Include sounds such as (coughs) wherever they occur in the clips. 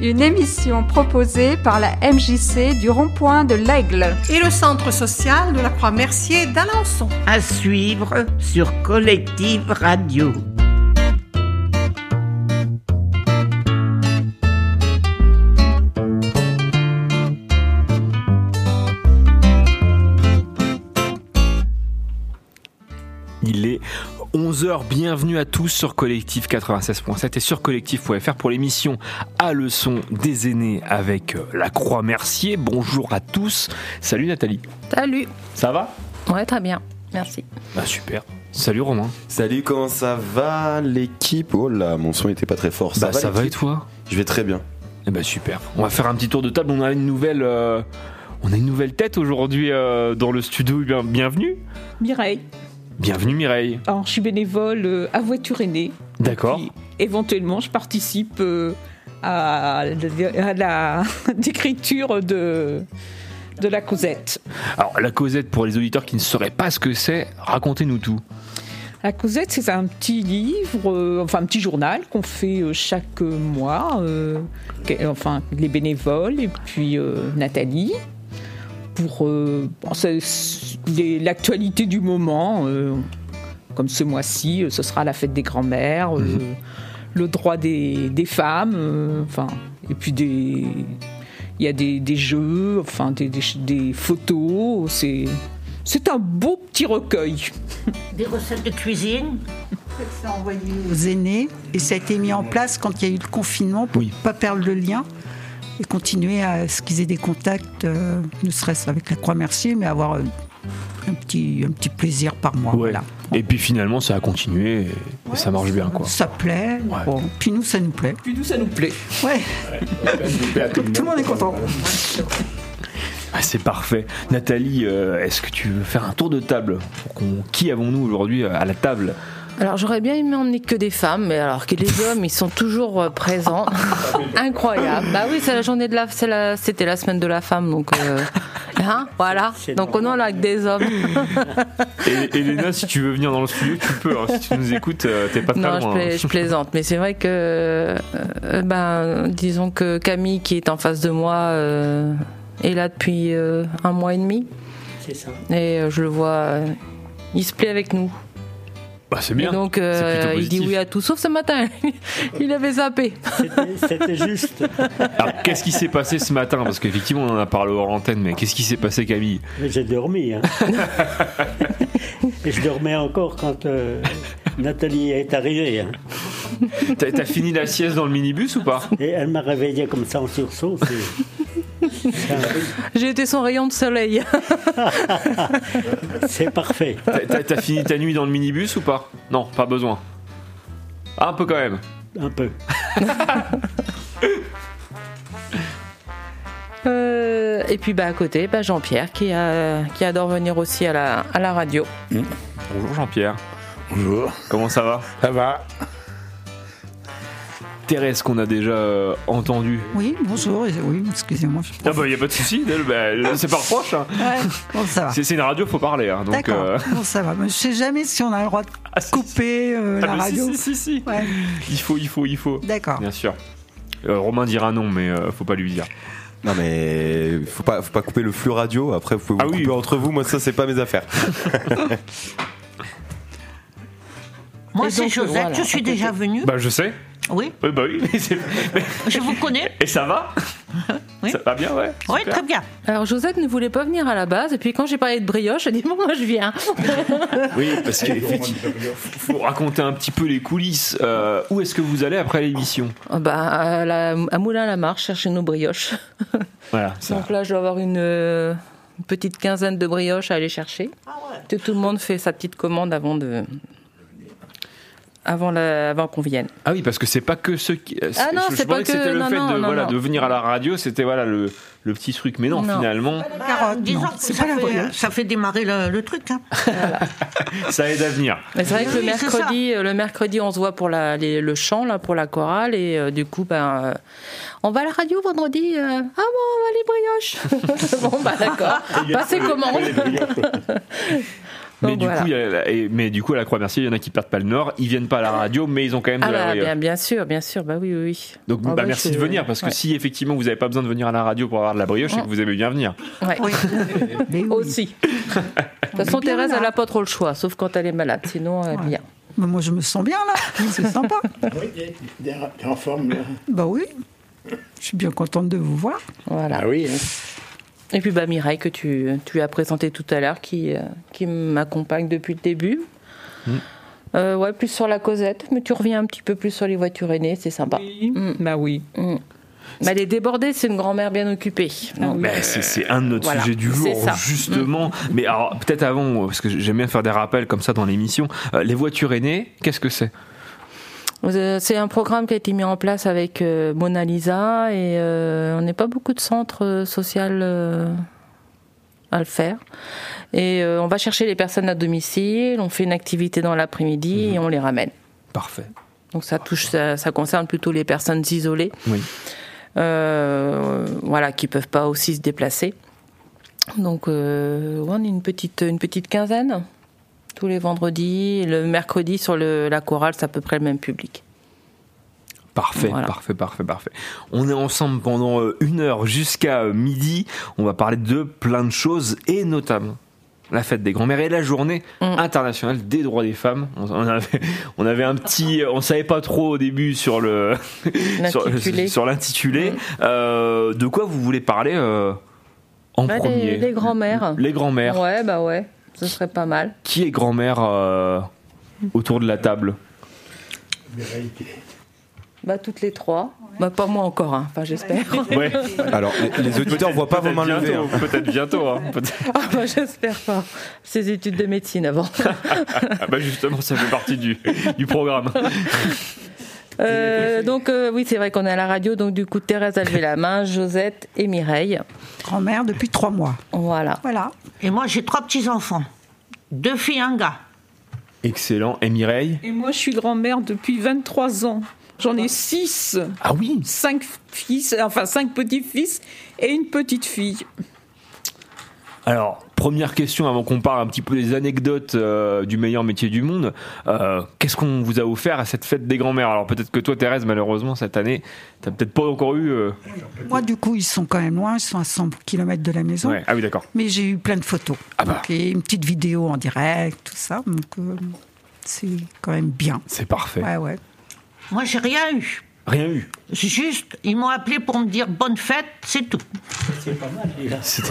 une émission proposée par la MJC du rond-point de l'Aigle. et le Centre social de la Croix-Mercier d'Alençon. À suivre sur Collective Radio. Il est 11h, bienvenue à tous sur Collectif 96.7 et sur collectif.fr pour l'émission À leçon des aînés avec euh, la Croix Mercier. Bonjour à tous. Salut Nathalie. Salut. Ça va Ouais, très bien. Merci. Bah super. Salut Romain. Salut, comment ça va l'équipe Oh là, mon son était pas très fort. Ça bah va, ça va et l'équipe toi Je vais très bien. Eh bah super. On va faire un petit tour de table. On a une nouvelle, euh, on a une nouvelle tête aujourd'hui euh, dans le studio. Bien- bienvenue. Mireille, Bienvenue Mireille. alors je suis bénévole euh, à voiture aînée. D'accord. Puis, éventuellement, je participe euh, à, la- à la (laughs) d'écriture de de la Cosette. Alors la Cosette pour les auditeurs qui ne sauraient pas ce que c'est, racontez-nous tout. La Cosette, c'est un petit livre, euh, enfin un petit journal qu'on fait euh, chaque euh, mois. euh, que- enfin, les bénévoles et puis euh, Nathalie pour euh, bon, c'est- c'est les- l'actualité du moment. euh, comme ce mois-ci, euh, ce sera la fête des grands-mères, euh, le droit des, des femmes, euh, enfin, et puis des. Il y a des, des jeux, enfin des, des, des photos. C'est c'est un beau petit recueil. Des recettes de cuisine Ça a envoyé aux aînés et ça a été mis en place quand il y a eu le confinement pour ne Oui. pas perdre le lien et continuer à ce qu'ils aient des contacts, euh, ne serait-ce avec la Croix-Mercier, mais avoir euh, un petit, un petit plaisir par mois. Ouais. voilà. Et puis finalement ça a continué et, et ça marche bien quoi. Ça plaît, bon, puis nous ça nous plaît. Puis nous, ça nous plaît. Ouais, donc tout le monde est content. Ah, c'est parfait. Nathalie, euh, est-ce que tu veux faire un tour de table pour qu'on... Qui avons-nous aujourd'hui euh, à la table Alors j'aurais bien aimé emmener que des femmes, mais alors que les hommes, ils sont toujours (laughs) euh, présents. Incroyable. Bah oui, c'est la journée de la, c'est la- c'était la semaine de la femme, donc euh, hein, voilà. Donc on en a que des hommes. Et, Elena, si tu veux venir dans le studio, tu peux. hein. Si tu nous écoutes, euh, t'es pas très Non, je, loin. pla- hein. je plaisante, mais c'est vrai que, euh, euh, ben, disons que Camille qui est en face de moi euh, est là depuis euh, un mois et demi, C'est ça. et euh, je le vois, euh, il se plaît avec nous. Bah, c'est Et bien. donc C'est plutôt euh, il dit positif. oui à tout, sauf ce matin, (laughs) il avait zappé. C'était- C'était juste. Alors, qu'est-ce qui s'est passé ce matin Parce qu'effectivement, on en a parlé hors antenne, mais qu'est-ce qui s'est passé, Camille Mais J'ai dormi. hein. Et je dormais encore quand euh, Nathalie est arrivée. hein. T'as t'as fini la sieste dans le minibus ou pas Et elle m'a réveillé comme ça en sursaut. c'est- c'est un- J'ai été son rayon de soleil. (laughs) C'est parfait. T'as- T'as t'as fini ta nuit dans le minibus ou pas Non, pas besoin. Ah, un peu quand même. Un peu. Euh, et puis bah, à côté, bah, Jean-Pierre qui, a- qui adore venir aussi à la, à la radio. Bonjour Jean-Pierre. Bonjour, Comment ça va ça va Thérèse, qu'on a déjà euh, entendue. Oui, bonjour, et- oui, excusez-moi. je- Ah bah y a pas de souci, elle, (laughs) bah, c'est pas reproche. hein. Ouais, bon, ça va. C'est c'est une radio, faut parler. hein, donc, D'accord, euh, bon, ça va. Mais je sais jamais si on a le droit de ah, si, si. couper euh, Ah, la mais si, radio. Si, si, si. Ouais, Ah. Il faut, il faut, il faut. d'accord. Bien sûr. Euh, Romain dira non, mais euh, faut pas lui dire. Non mais faut pas, faut pas couper le flux radio. Après vous pouvez Ah vous oui. couper entre vous. Moi ça c'est pas mes affaires. Et Moi, c'est donc, Josette, voilà, je suis déjà venue. Bah je sais. Oui, Oui, bah oui. mais c'est- je vous connais. Et ça va Oui. Ça va bien, ouais. Oui, Super. très bien. Alors Josette ne voulait pas venir à la base, et puis quand j'ai parlé de brioche, elle dit bon moi je viens. Oui, parce qu'effectivement, faut raconter un petit peu les coulisses. Euh, où est-ce que vous allez après l'émission Ah Bah, à, la- à Moulin-la-Marche chercher nos brioches. Voilà, ça. Donc là je dois avoir une, euh, une petite quinzaine de brioches à aller chercher. Tout, tout le monde fait sa petite commande avant de... Avant, la- avant qu'on vienne. Ah oui, parce que c'est pas que ceux qui. euh, Ah non, je c'est pensais pas que c'était que- le non, fait non, de, non, voilà, non. de venir à la radio, c'était voilà le, le petit truc. Mais non, Non. finalement, Bah, La carotte, Disons non, que c'est ça, pas la fait, brioche. ça fait démarrer le, le truc. hein. ça aide à venir. Mais C'est vrai que Oui, le c'est ça. mercredi, euh, le mercredi, on se voit pour la, les- le chant là pour la chorale et euh, du coup, ben, euh, on va à la radio vendredi. euh, ah (laughs) bon, on va les brioches. bon, bah d'accord. Passez commande. Mais, Donc, du voilà. coup, il y a- et- mais du coup, à la Croix-Mercier, il y en a qui perdent pas le Nord, ils viennent pas à la radio, mais ils ont quand même de Ah la. bah, oui, euh, bien, bien sûr, bien sûr, bah oui, oui, oui. Donc Ah bah, bah, merci c'est- de venir, parce que ouais. si effectivement vous n'avez pas besoin de venir à la radio pour avoir de la brioche, c'est que vous aimez bien venir. Ouais. (laughs) Mais (laughs) oui. Aussi. (laughs) De toute façon, bien Thérèse, là. elle n'a pas trop le choix, sauf quand elle est malade. Sinon, euh, elle vient. Mais moi, je me sens bien là. C'est sympa. (laughs) Oui, t'es t'es en forme. là. bah oui. Je suis bien contente de vous voir. Voilà. Ah oui, hein. Et puis bah, Mireille, que tu, tu as présenté tout à l'heure, qui, euh, qui m'accompagne depuis le début. Euh, ouais, plus sur la Cosette, mais tu reviens un petit peu plus sur les voitures aînées, c'est sympa. Bah oui. Mm. Mais elle est débordée, c'est une grand-mère bien occupée. Donc, Mais c'est- c'est un de notre Bah, voilà, sujet du c'est jour, ça. Mm. justement. Mais alors, peut-être avant, parce que j'aime bien faire des rappels comme ça dans l'émission, euh, les voitures aînées, qu'est-ce que c'est Euh, C'est un programme qui a été mis en place avec euh, Mona Lisa et euh, on n'est pas beaucoup de centres euh, sociaux euh, à le faire. Et euh, on va chercher les personnes à domicile, on fait une activité dans l'après-midi et on les ramène. Parfait. Donc ça touche, ça, ça concerne plutôt les personnes isolées, Oui. euh, voilà, qui peuvent pas aussi se déplacer. Donc euh, ouais, on est une petite, une petite quinzaine tous les vendredis, Et le mercredi sur le- la chorale, c'est à peu près le même public. Parfait, parfait, parfait, parfait. On est ensemble pendant euh, une heure jusqu'à euh, midi. On va parler de plein de choses et notamment la fête des grands-mères et la journée Mm. internationale des droits des femmes. On, on avait, (laughs) on avait un petit, on savait pas trop au début sur le (laughs) sur, L'intitulé. Mm. sur l'intitulé. Euh, de quoi vous voulez parler euh, en Bah, les- premier les grands-mères. Les grands-mères. Ouais, bah ouais, ce serait pas mal. Qui est grand-mère euh, autour de la table Bah toutes les trois. Bah pas moi encore, hein. enfin j'espère. (laughs) Alors, les, les auditeurs voient pas vos mains Peut-être levées. bientôt, hein. Peut-être bientôt. hein, peut-être. (laughs) Ah bah j'espère pas. Ces études de médecine (laughs) avant. Ah bah justement, ça fait partie du, du programme. Euh, donc euh, oui, c'est vrai qu'on est à la radio, donc du coup Thérèse a levé la main, Josette et Mireille. Grand-mère depuis trois mois. Voilà. Voilà. Et moi, j'ai trois petits-enfants. Deux filles, un gars. Excellent. Et Mireille Et moi, je suis grand-mère depuis 23 ans. J'en ai 6. Ah oui Cinq fils, enfin cinq petits-fils et une petite fille. Alors, première question avant qu'on parle un petit peu des anecdotes euh, du meilleur métier du monde. Euh, Qu'est-ce qu'on vous a offert à cette fête des grands-mères Alors peut-être que toi, Thérèse, malheureusement, cette année, t'as peut-être pas encore eu... euh, Moi, du coup, ils sont quand même loin. Ils sont à 100 km de la maison. ouais. Ah oui, d'accord. Mais j'ai eu plein de photos. Ah bah. Donc, et une petite vidéo en direct, tout ça. Donc, euh, c'est quand même bien. C'est parfait. Ouais, ouais. Moi, j'ai rien eu. Rien eu. Juste, ils m'ont appelé pour me dire bonne fête, c'est tout. C'est pas mal déjà. C'est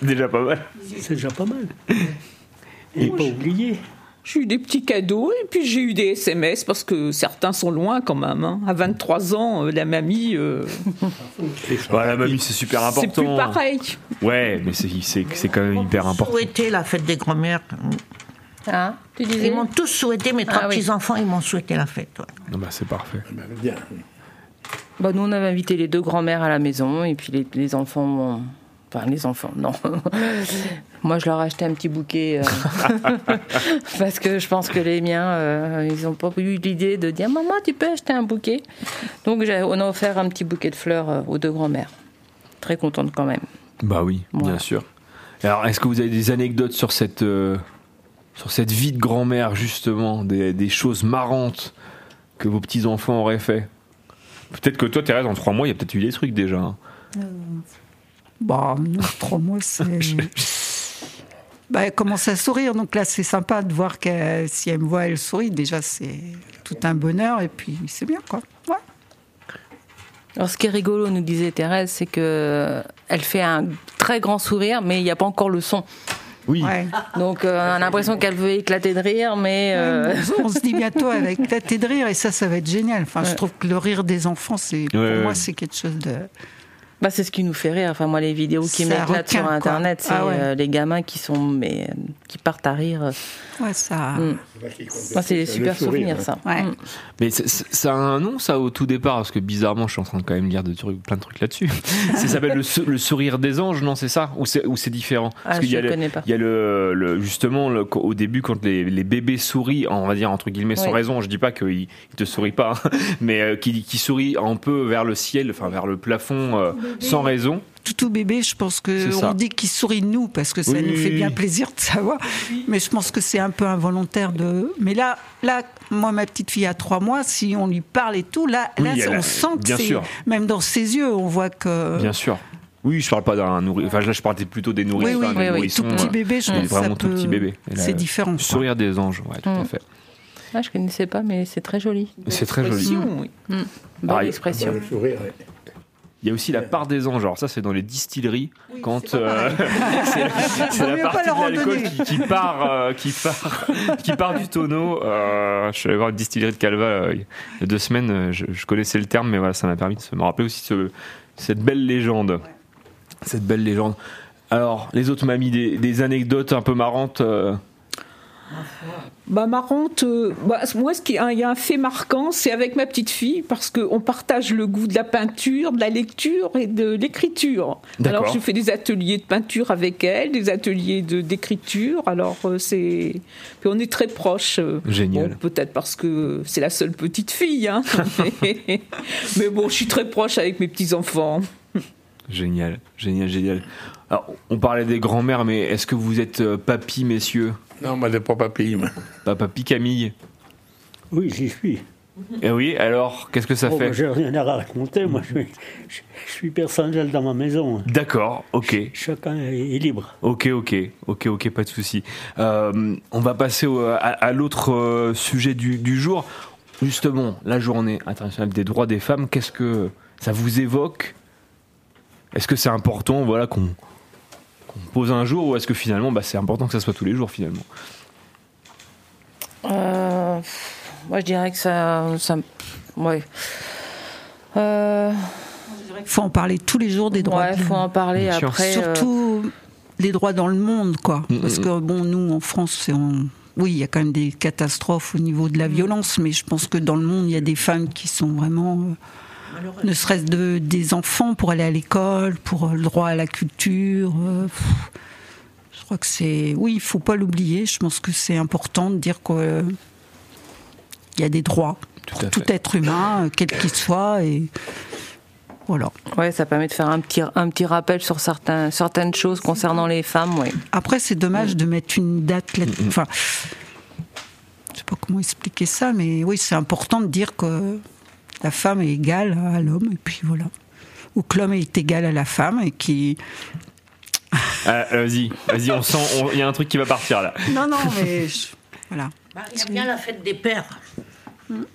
déjà pas mal. C'est déjà pas mal. Et pas oublié. J'ai eu des petits cadeaux et puis j'ai eu des SMS parce que certains sont loin quand même. hein. À 23 ans, euh, la mamie, euh, Voilà, mamie, c'est super important. c'est plus pareil. Ouais, mais c'est- c'est c'est quand même hyper important. Souhaité la fête des grand-mères. Hein tu disais Ils m'ont tous souhaité, mes trois Ah oui. petits-enfants, ils m'ont souhaité la fête. ouais. Non, bah, c'est parfait. Bien. Bah, nous, on avait invité les deux grands-mères à la maison et puis les, les enfants. ont- Enfin, les enfants, (laughs) non. Moi, je leur ai acheté un petit bouquet (laughs) euh, parce que je pense que les miens, euh, ils n'ont pas eu l'idée de dire Maman, tu peux acheter un bouquet Donc, j'ai- on a offert un petit bouquet de fleurs euh, aux deux grands-mères. Très contente quand même. Bah oui, bien Voilà. sûr. Alors, est-ce que vous avez des anecdotes sur cette, euh, sur cette vie de grand-mère, justement des, des choses marrantes que vos petits-enfants auraient fait Peut-être que toi, Thérèse, en trois mois, il y a peut-être eu des trucs déjà. hein. Bon, Bah, non, (laughs) trois mois, c'est. Bah, elle commence à sourire, donc là c'est sympa de voir que si elle me voit, elle sourit. Déjà c'est tout un bonheur et puis c'est bien quoi. Ouais. Alors, ce qui est rigolo, nous disait Thérèse, c'est que euh, elle fait un très grand sourire, mais il n'y a pas encore le son. Oui. Ouais. Donc, euh, on a l'impression qu'elle veut éclater de rire, mais. euh, On se dit bientôt avec la tête de rire et ça, ça va être génial. Enfin, je trouve que le rire des enfants, c'est pour Ouais, ouais. moi c'est quelque chose de. Bah, c'est ce qui nous fait rire. Enfin, moi, les vidéos qui Ça m'éclatent requin, sur quoi. Internet, c'est Ah ouais. euh, les gamins qui sont, mais, euh, qui partent à rire. Ouais, ça. Mm. Moi, c'est des super souvenirs, hein. ça. Ouais. Mm. Mais c'est- c'est- ça a un nom, ça, au tout départ Parce que bizarrement, je suis en train de quand même lire de trucs- plein de trucs (laughs) là-dessus. ça s'appelle le, sou- le sourire des anges, non C'est ça Ou c'est ou c'est différent Ah, qu'il je y a le le- connais pas. Il y a le, le- justement le- au début quand les, les bébés sourient, on va dire entre guillemets sans Oui. raison, je dis pas qu'ils ils te sourient pas, hein, mais euh, qui, qui sourient un peu vers le ciel, enfin vers le plafond, euh, bébé. sans raison. Toutou bébé, je pense C'est ça. qu'on dit qu'il sourit de nous parce que ça Oui, nous oui, fait oui. bien plaisir de savoir. Mais je pense que c'est un peu involontaire de. Mais là, là, moi, ma petite fille a trois mois, si on lui parle et tout, là, Oui, là elle on a- sent que bien c'est. sûr. Même dans ses yeux, on voit que. Bien sûr. Oui, je parle pas d'un nourrisson. Enfin, là, je parlais plutôt des nourrissons. Oui, oui, des oui, oui. nourrissons, Tout petit euh, bébé, je mais pense que Vraiment ça tout petit peut- bébé. Et là, c'est différent, quoi. Sourire des anges, ouais, tout à Mmh. Mm. fait. Ah, je connaissais pas, mais c'est très joli. C'est très joli. Expression, oui. Mm. Ah, Bonne il- expression. Il y a aussi la part des anges. Alors ça, c'est dans les distilleries quand euh, (laughs) c'est c'est Vaut la mieux pas partie leur en de l'alcool donner. qui, qui part, euh, qui part, (laughs) qui part du tonneau. Euh, je suis allé voir une distillerie de Calva euh, il y a deux semaines. euh, Je, je connaissais le terme, mais voilà, ça m'a permis de se- me rappeler aussi ce- cette belle légende, cette belle légende. Alors, les autres mamies, des, des anecdotes un peu marrantes. euh, Bah, marrante, euh, bah, moi, ce qui- hein, il y a un fait marquant, c'est avec ma petite fille, parce qu'on partage le goût de la peinture, de la lecture et de l'écriture. D'accord. Alors, je fais des ateliers de peinture avec elle, des ateliers de- d'écriture. Alors, euh, c'est. Puis on est très proches. euh, Génial. bon, Peut-être parce que c'est la seule petite (laughs) fille. hein, mais, mais bon, je suis très proche avec mes petits-enfants. Génial, génial, génial. Alors, on parlait des grands-mères, mais est-ce que vous êtes euh, papy, messieurs Non, moi, je pas papy. Moi. Pas papy Camille Oui, j'y suis. Eh oui, alors, qu'est-ce que ça Oh, fait bah, J'ai rien à raconter, moi. Je, je- je suis personnel dans ma maison. hein. D'accord, ok. Chacun est libre. Ok, ok, ok, ok, pas de souci. Euh, on va passer au- à, à l'autre euh, sujet du, du jour. Justement, la journée internationale des droits des femmes, qu'est-ce que ça vous évoque Est-ce que c'est important voilà, qu'on qu'on pose un jour ou est-ce que finalement bah, c'est important que ça soit tous les jours finalement Euh, pff, moi, je dirais que ça. ça ouais. Euh, Il faut en parler tous les jours des droits. ouais, de l'homme. faut en parler Bien sûr. après. euh, Surtout les droits dans le monde, quoi. Mm, Parce mm, que, bon, nous, en France, c'est en- oui, il y a quand même des catastrophes au niveau de la violence, mais je pense que dans le monde, il y a des femmes qui sont vraiment. euh, Ne serait-ce de, des enfants pour aller à l'école, pour euh, le droit à la culture. euh, pff, je crois que c'est. Oui, il faut pas l'oublier. Je pense que c'est important de dire qu'il y a des droits Tout pour à tout fait. être humain, euh, quel qu'il soit. Et voilà. euh, ouais, ça permet de faire un petit, un petit rappel sur certains, certaines choses concernant les femmes. Ouais. Après, c'est dommage de mettre une date. là- Enfin, je sais pas comment expliquer ça, mais oui, c'est important de dire que la femme est égale à l'homme, et puis voilà. Ou que l'homme est égal à la femme, et qui. Ah, Vas-y, vas-y, on sent, on- il y a un truc qui va partir là. Non, non, mais. je- (laughs) Voilà. Bah, Il y a bien la fête des pères. Il Ouais, y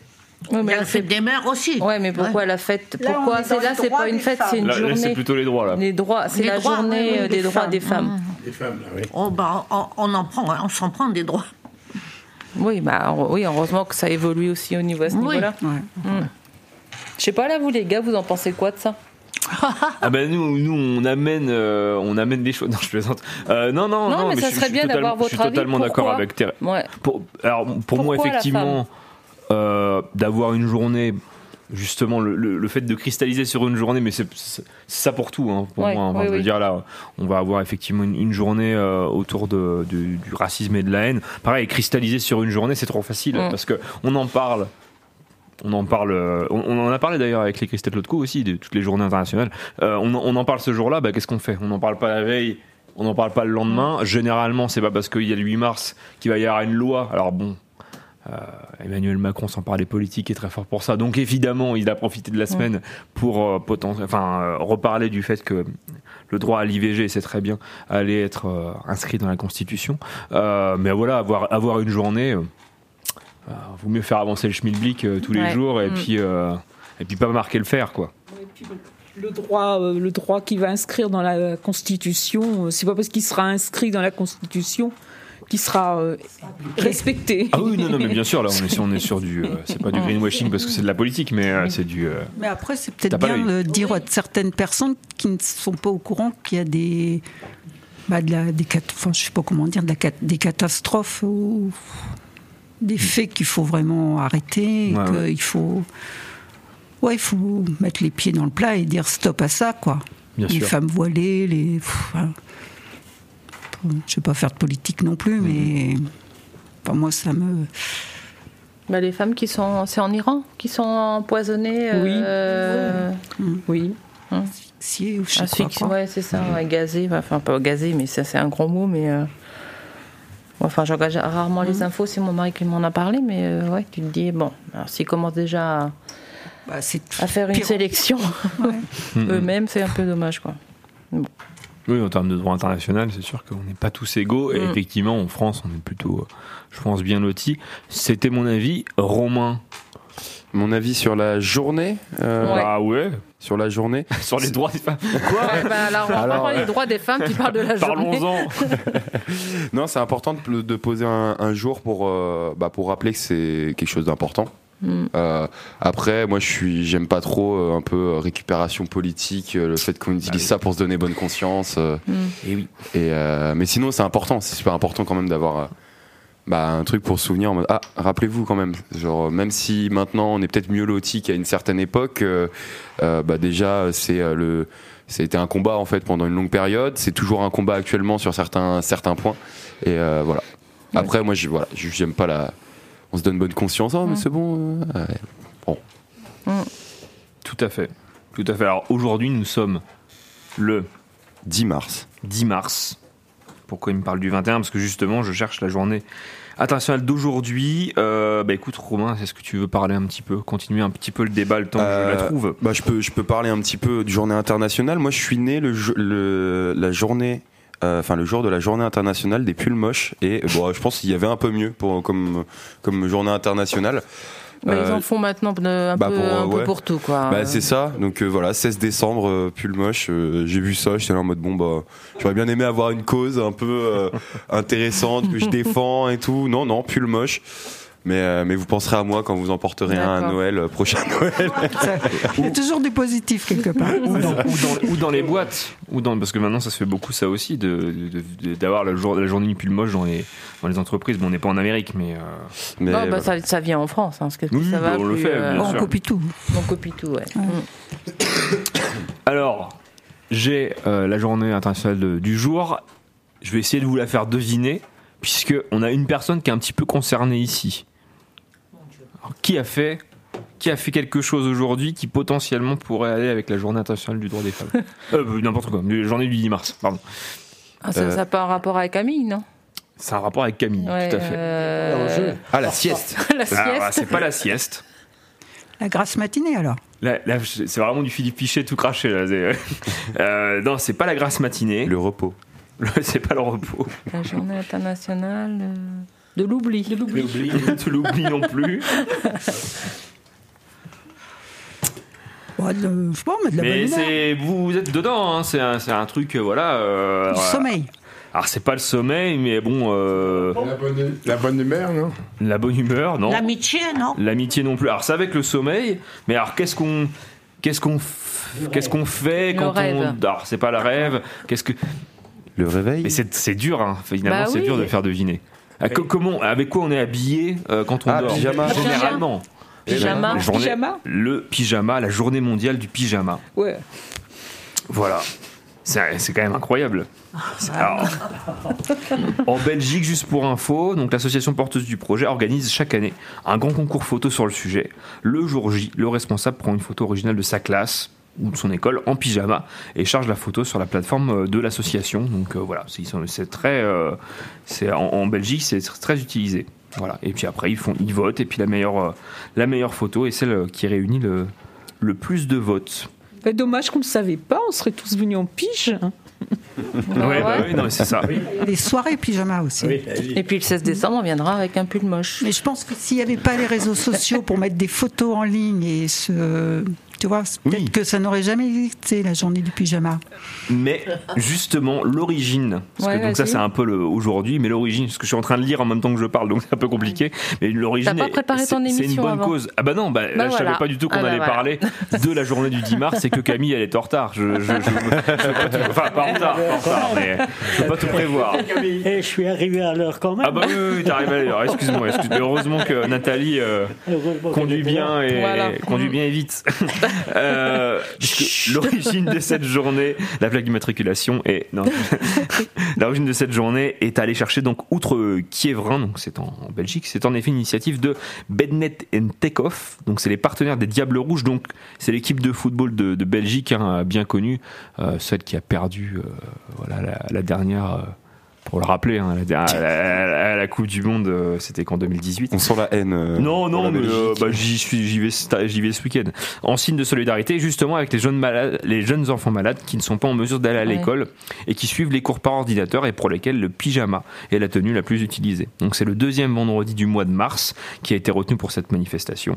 Oh, mais a la fête des mères aussi. Ouais, mais pourquoi la fête Là, on Pourquoi est c'est dans là les c'est droits pas une des fête, c'est une Là, là, c'est journée. plutôt les droits là. Les droits, c'est Les la droits, journée oui, oui, euh, des des droits femmes. des femmes. Les femmes, là, oui. Oh, bah, on, on en prend, hein, on s'en prend des droits. Oui, bah heure- oui, heureusement que ça évolue aussi au niveau à ce Oui. niveau-là. Ouais. Je sais pas là vous les gars, vous en pensez quoi de ça Ah ben nous, nous on amène, euh, on amène des choses. (laughs) Non, je plaisante. Euh, non, non, Non, mais ça je- je serait suis bien d'avoir totalement- Je suis votre avis. totalement d'accord Pourquoi avec Thérèse. Ouais. Pour, alors, pour moi, Pourquoi la effectivement, euh, d'avoir une journée, justement, le, le- le fait de cristalliser sur une journée, mais c'est c'est ça pour tout, hein, pour Ouais, moi. hein. Enfin, oui, je veux oui. dire, là, on va avoir effectivement une, une journée euh, autour de, du, du racisme et de la haine. Pareil, cristalliser sur une journée, c'est trop facile, Mm. parce parce qu'on en parle. On en parle, euh, on, on en a parlé d'ailleurs avec les Christelle Lotko aussi, de toutes les journées internationales. Euh, on, en- on en parle ce jour-là, bah, qu'est-ce qu'on fait On n'en parle pas la veille, on n'en parle pas le lendemain. Généralement, c'est pas parce qu'il y a le 8 mars qu'il va y avoir une loi. Alors bon, euh, Emmanuel Macron, sans parler politique, est très fort pour ça. Donc évidemment, il a profité de la semaine pour euh, poten- enfin, euh, reparler du fait que le droit à l'IVG, c'est très bien, allait être euh, inscrit dans la Constitution. Euh, mais voilà, avoir, avoir une journée, euh, euh, vaut mieux faire avancer le schmilblick euh, tous les Ouais. jours et Mm. puis. euh, et puis pas marquer le fer, quoi. le droit, euh, le droit qui va inscrire dans la Constitution, euh, c'est pas parce qu'il sera inscrit dans la Constitution qu'il sera euh, respecté. Ah oui, non, non, mais bien sûr, là, on est sur, on est sur du. euh, c'est (laughs) pas du greenwashing parce que c'est de la politique, mais euh, c'est du. euh, Mais après, c'est T'as peut-être pas bien l'œil. de dire à certaines personnes qui ne sont pas au courant qu'il y a des. Bah de la, des cat- enfin, je sais pas comment dire, de la cat- des catastrophes ou des faits qu'il faut vraiment arrêter. et Mm. Ouais, que ouais. Il faut. Ouais, il faut mettre les pieds dans le plat et dire stop à ça, quoi. Bien les sûr. femmes voilées, les. pff, voilà. Je sais pas faire de politique non plus, mais. Mm-hmm. Enfin, moi, ça me. Bah, les femmes qui sont, c'est en Iran, qui sont empoisonnées. Oui. euh, Oui. asphyxié ou je sais pas Asphyxie, quoi. ouais, c'est ça, ouais, gazé. Enfin, pas gazé, mais ça, c'est un grand mot, mais. euh, Enfin, j'engage rarement les infos, c'est mon mari qui m'en a parlé, mais euh, ouais, tu te dis, bon, alors s'ils commencent déjà à, Bah, à faire une pire. (laughs) sélection (laughs) eux-mêmes, c'est un peu dommage, quoi. Oui, en termes de droit international, c'est sûr qu'on n'est pas tous égaux. Et Mm. effectivement, en France, on est plutôt, euh, je pense, bien lotis. C'était mon avis, Romain. Mon avis sur la journée euh, Ouais. Ah (laughs) ouais Sur la journée Sur les droits des femmes. Ouais, bah, alors, on va Alors, parler des droits des femmes, tu parles de la journée. Parlons-en. Non, c'est important de, de poser un, un jour pour, euh, bah, pour rappeler que c'est quelque chose d'important. Mm. Euh, après, moi, je suis, j'aime pas trop euh, un peu euh, récupération politique, euh, le fait qu'on utilise ça pour se donner bonne conscience. euh, Bah Et oui. et, euh, mais sinon, c'est important. C'est super important quand même d'avoir euh, bah, un truc pour se souvenir. En mode, ah, rappelez-vous quand même. Genre, euh, même si maintenant on est peut-être mieux loti qu'à une certaine époque, euh, euh, bah, déjà c'est euh, le c'était un combat en fait pendant une longue période. C'est toujours un combat actuellement sur certains certains points. Et euh, voilà. Après, moi, je voilà, je- j'aime pas la. On se donne bonne conscience. Oh, mais c'est bon. euh, ouais. (laughs) Tout à fait. Tout à fait. Alors aujourd'hui, nous sommes le 10 mars. 10 mars. Pourquoi il me parle du 21 Parce que justement, je cherche la journée internationale d'aujourd'hui. Euh, bah écoute, Romain, est-ce que tu veux parler un petit peu, continuer un petit peu le débat le temps que je la Euh, trouve Bah, je, peux, je peux parler un petit peu de journée internationale. Moi, je suis né le, jo- le- la journée. euh, Enfin, le jour de la journée internationale des pulls moches. Et euh, bon, je pense qu'il y avait un peu mieux pour, comme, comme journée internationale. Bah, ils Euh, en font maintenant euh, un, bah, peu, pour, euh, un peu ouais. pour tout, quoi. bah, c'est ça. Donc euh, voilà, 16 décembre, euh, pull moche. euh, j'ai vu ça, j'étais là en mode bon bah, j'aurais bien aimé avoir une cause un peu euh, (laughs) intéressante que je défends et tout. Non, non, pull moche. Mais, euh, mais vous penserez à moi quand vous en porterez un à D'accord. Noël, euh, prochain (laughs) Noël. Ça- Il y a toujours du positif quelque part. ou dans, ou dans- ou dans les boîtes, ou dans, parce que maintenant ça se fait beaucoup ça aussi, d'avoir de, de- d'avoir la, jour- la journée du pull moche dans les, dans les entreprises. Bon, on n'est pas en Amérique, mais euh, Mais, Non, bah, voilà. ça, ça vient en France, hein, parce que Oui, ça va bah, on le plus, fait, euh, bien On sûr. copie tout. on copie tout, ouais. Mm. alors j'ai euh, la journée internationale de- du jour. Je vais essayer de vous la faire deviner, puisque on a une personne qui est un petit peu concernée ici. Alors, qui a fait qui a fait quelque chose aujourd'hui qui potentiellement pourrait aller avec la journée internationale du droit des (laughs) femmes Euh, N'importe quoi, la journée du 10 mars, pardon. Ah, ça Euh, n'a pas un rapport avec Camille, non C'est un rapport avec Camille, Ouais, tout à fait. euh, Ah, la sieste. (laughs) la sieste. Ah, bah, c'est pas la sieste. La grasse matinée alors. Là, là, c'est vraiment du Philippe Pichet tout craché. Là. c'est- Euh, non, c'est pas la grasse matinée. Le repos. (laughs) Le- C'est pas le repos. La journée internationale euh, de l'oubli. De l'oubli. L'oubli. (laughs) Tu l'oublies non plus. Ouais, de- je sais pas, mais de la Mais bonne humeur. c'est vous, vous êtes dedans. hein, C'est un, c'est un truc, euh, voilà. euh, Du voilà. sommeil. Alors c'est pas le sommeil, mais bon, euh, La bonne, la bonne humeur, non la bonne humeur, non. Oh. L'amitié, non L'amitié non plus. Alors c'est avec le sommeil. Mais alors qu'est-ce qu'on Qu'est-ce qu'on f- qu'est-ce qu'on fait Le quand rêve. on alors c'est pas le rêve qu'est-ce que Le réveil. mais c'est c'est dur hein, finalement Bah c'est oui. dur de faire deviner Ah, co- comment avec quoi on est habillé euh, quand on Ah, dort pyjama. généralement Pyjama. La journée- Pyjama Le pyjama, la journée mondiale du pyjama. Ouais. Voilà. C'est c'est quand même incroyable. C'est- alors, en Belgique, juste pour info, donc l'association porteuse du projet organise chaque année un grand concours photo sur le sujet. Le jour J, le responsable prend une photo originale de sa classe ou de son école en pyjama et charge la photo sur la plateforme euh, de l'association. Donc euh, voilà, c'est- ils sont- c'est très, euh, c'est en, en Belgique, c'est tr- très utilisé. Voilà. Et puis après, ils font, ils votent et puis la meilleure, euh, la meilleure photo est celle qui réunit le, le plus de votes. Bah, dommage qu'on ne le savait pas, on serait tous venus en pige. hein. Ouais, Ah Ouais, bah ouais. oui, non, mais c'est ça. Les soirées pyjama aussi. Et puis le 16 décembre, on viendra avec un pull moche. Mais je pense que s'il n'y avait pas les réseaux sociaux pour mettre des photos en ligne et ce. Tu vois, c'est peut-être que ça n'aurait jamais existé la journée du pyjama. Mais justement, l'origine, parce Ouais, que donc ça vas-y. c'est un peu le- aujourd'hui, mais l'origine, parce que je suis en train de lire en même temps que je parle, donc c'est un peu compliqué. Mais l'origine, T'as pas est- préparé c'est ton c'est une émission bonne avant. cause. Ah bah non, bah, là, je voilà. savais pas du tout qu'on Ah bah allait voilà. parler de la journée du 10 mars et que Camille elle est en retard. Je, je- je- je peux pas tout- enfin pas en retard, pas en retard, mais je peux pas tout prévoir. Et Eh, je suis arrivé à l'heure quand même. Ah bah oui, oui, oui, t'arrives à l'heure. Excuse-moi, excuse- mais heureusement que Nathalie euh, Heureusement qu'elle conduit était là. bien et Voilà. conduit bien et vite. Euh, puisque L'origine de cette journée, la plaque d'immatriculation est. non. L'origine de cette journée est à aller chercher donc outre Kievrin, donc c'est en, en Belgique. C'est en effet une initiative de Bednet and Takeoff. Donc c'est les partenaires des Diables Rouges. Donc c'est l'équipe de football de, de Belgique hein, bien connue, euh, celle qui a perdu euh, voilà la, la dernière. euh, pour le rappeler, hein, la, dernière- la- la- la Coupe du Monde, euh, c'était qu'en 2018. On sent la haine. euh, Non, pour la non, mais Belgique. euh, bah, j'y suis, j'y vais, sta- j'y vais ce week-end. En signe de solidarité, justement, avec les jeunes malades, les jeunes enfants malades qui ne sont pas en mesure d'aller à Ouais. l'école et qui suivent les cours par ordinateur et pour lesquels le pyjama est la tenue la plus utilisée. Donc c'est le deuxième vendredi du mois de mars qui a été retenu pour cette manifestation.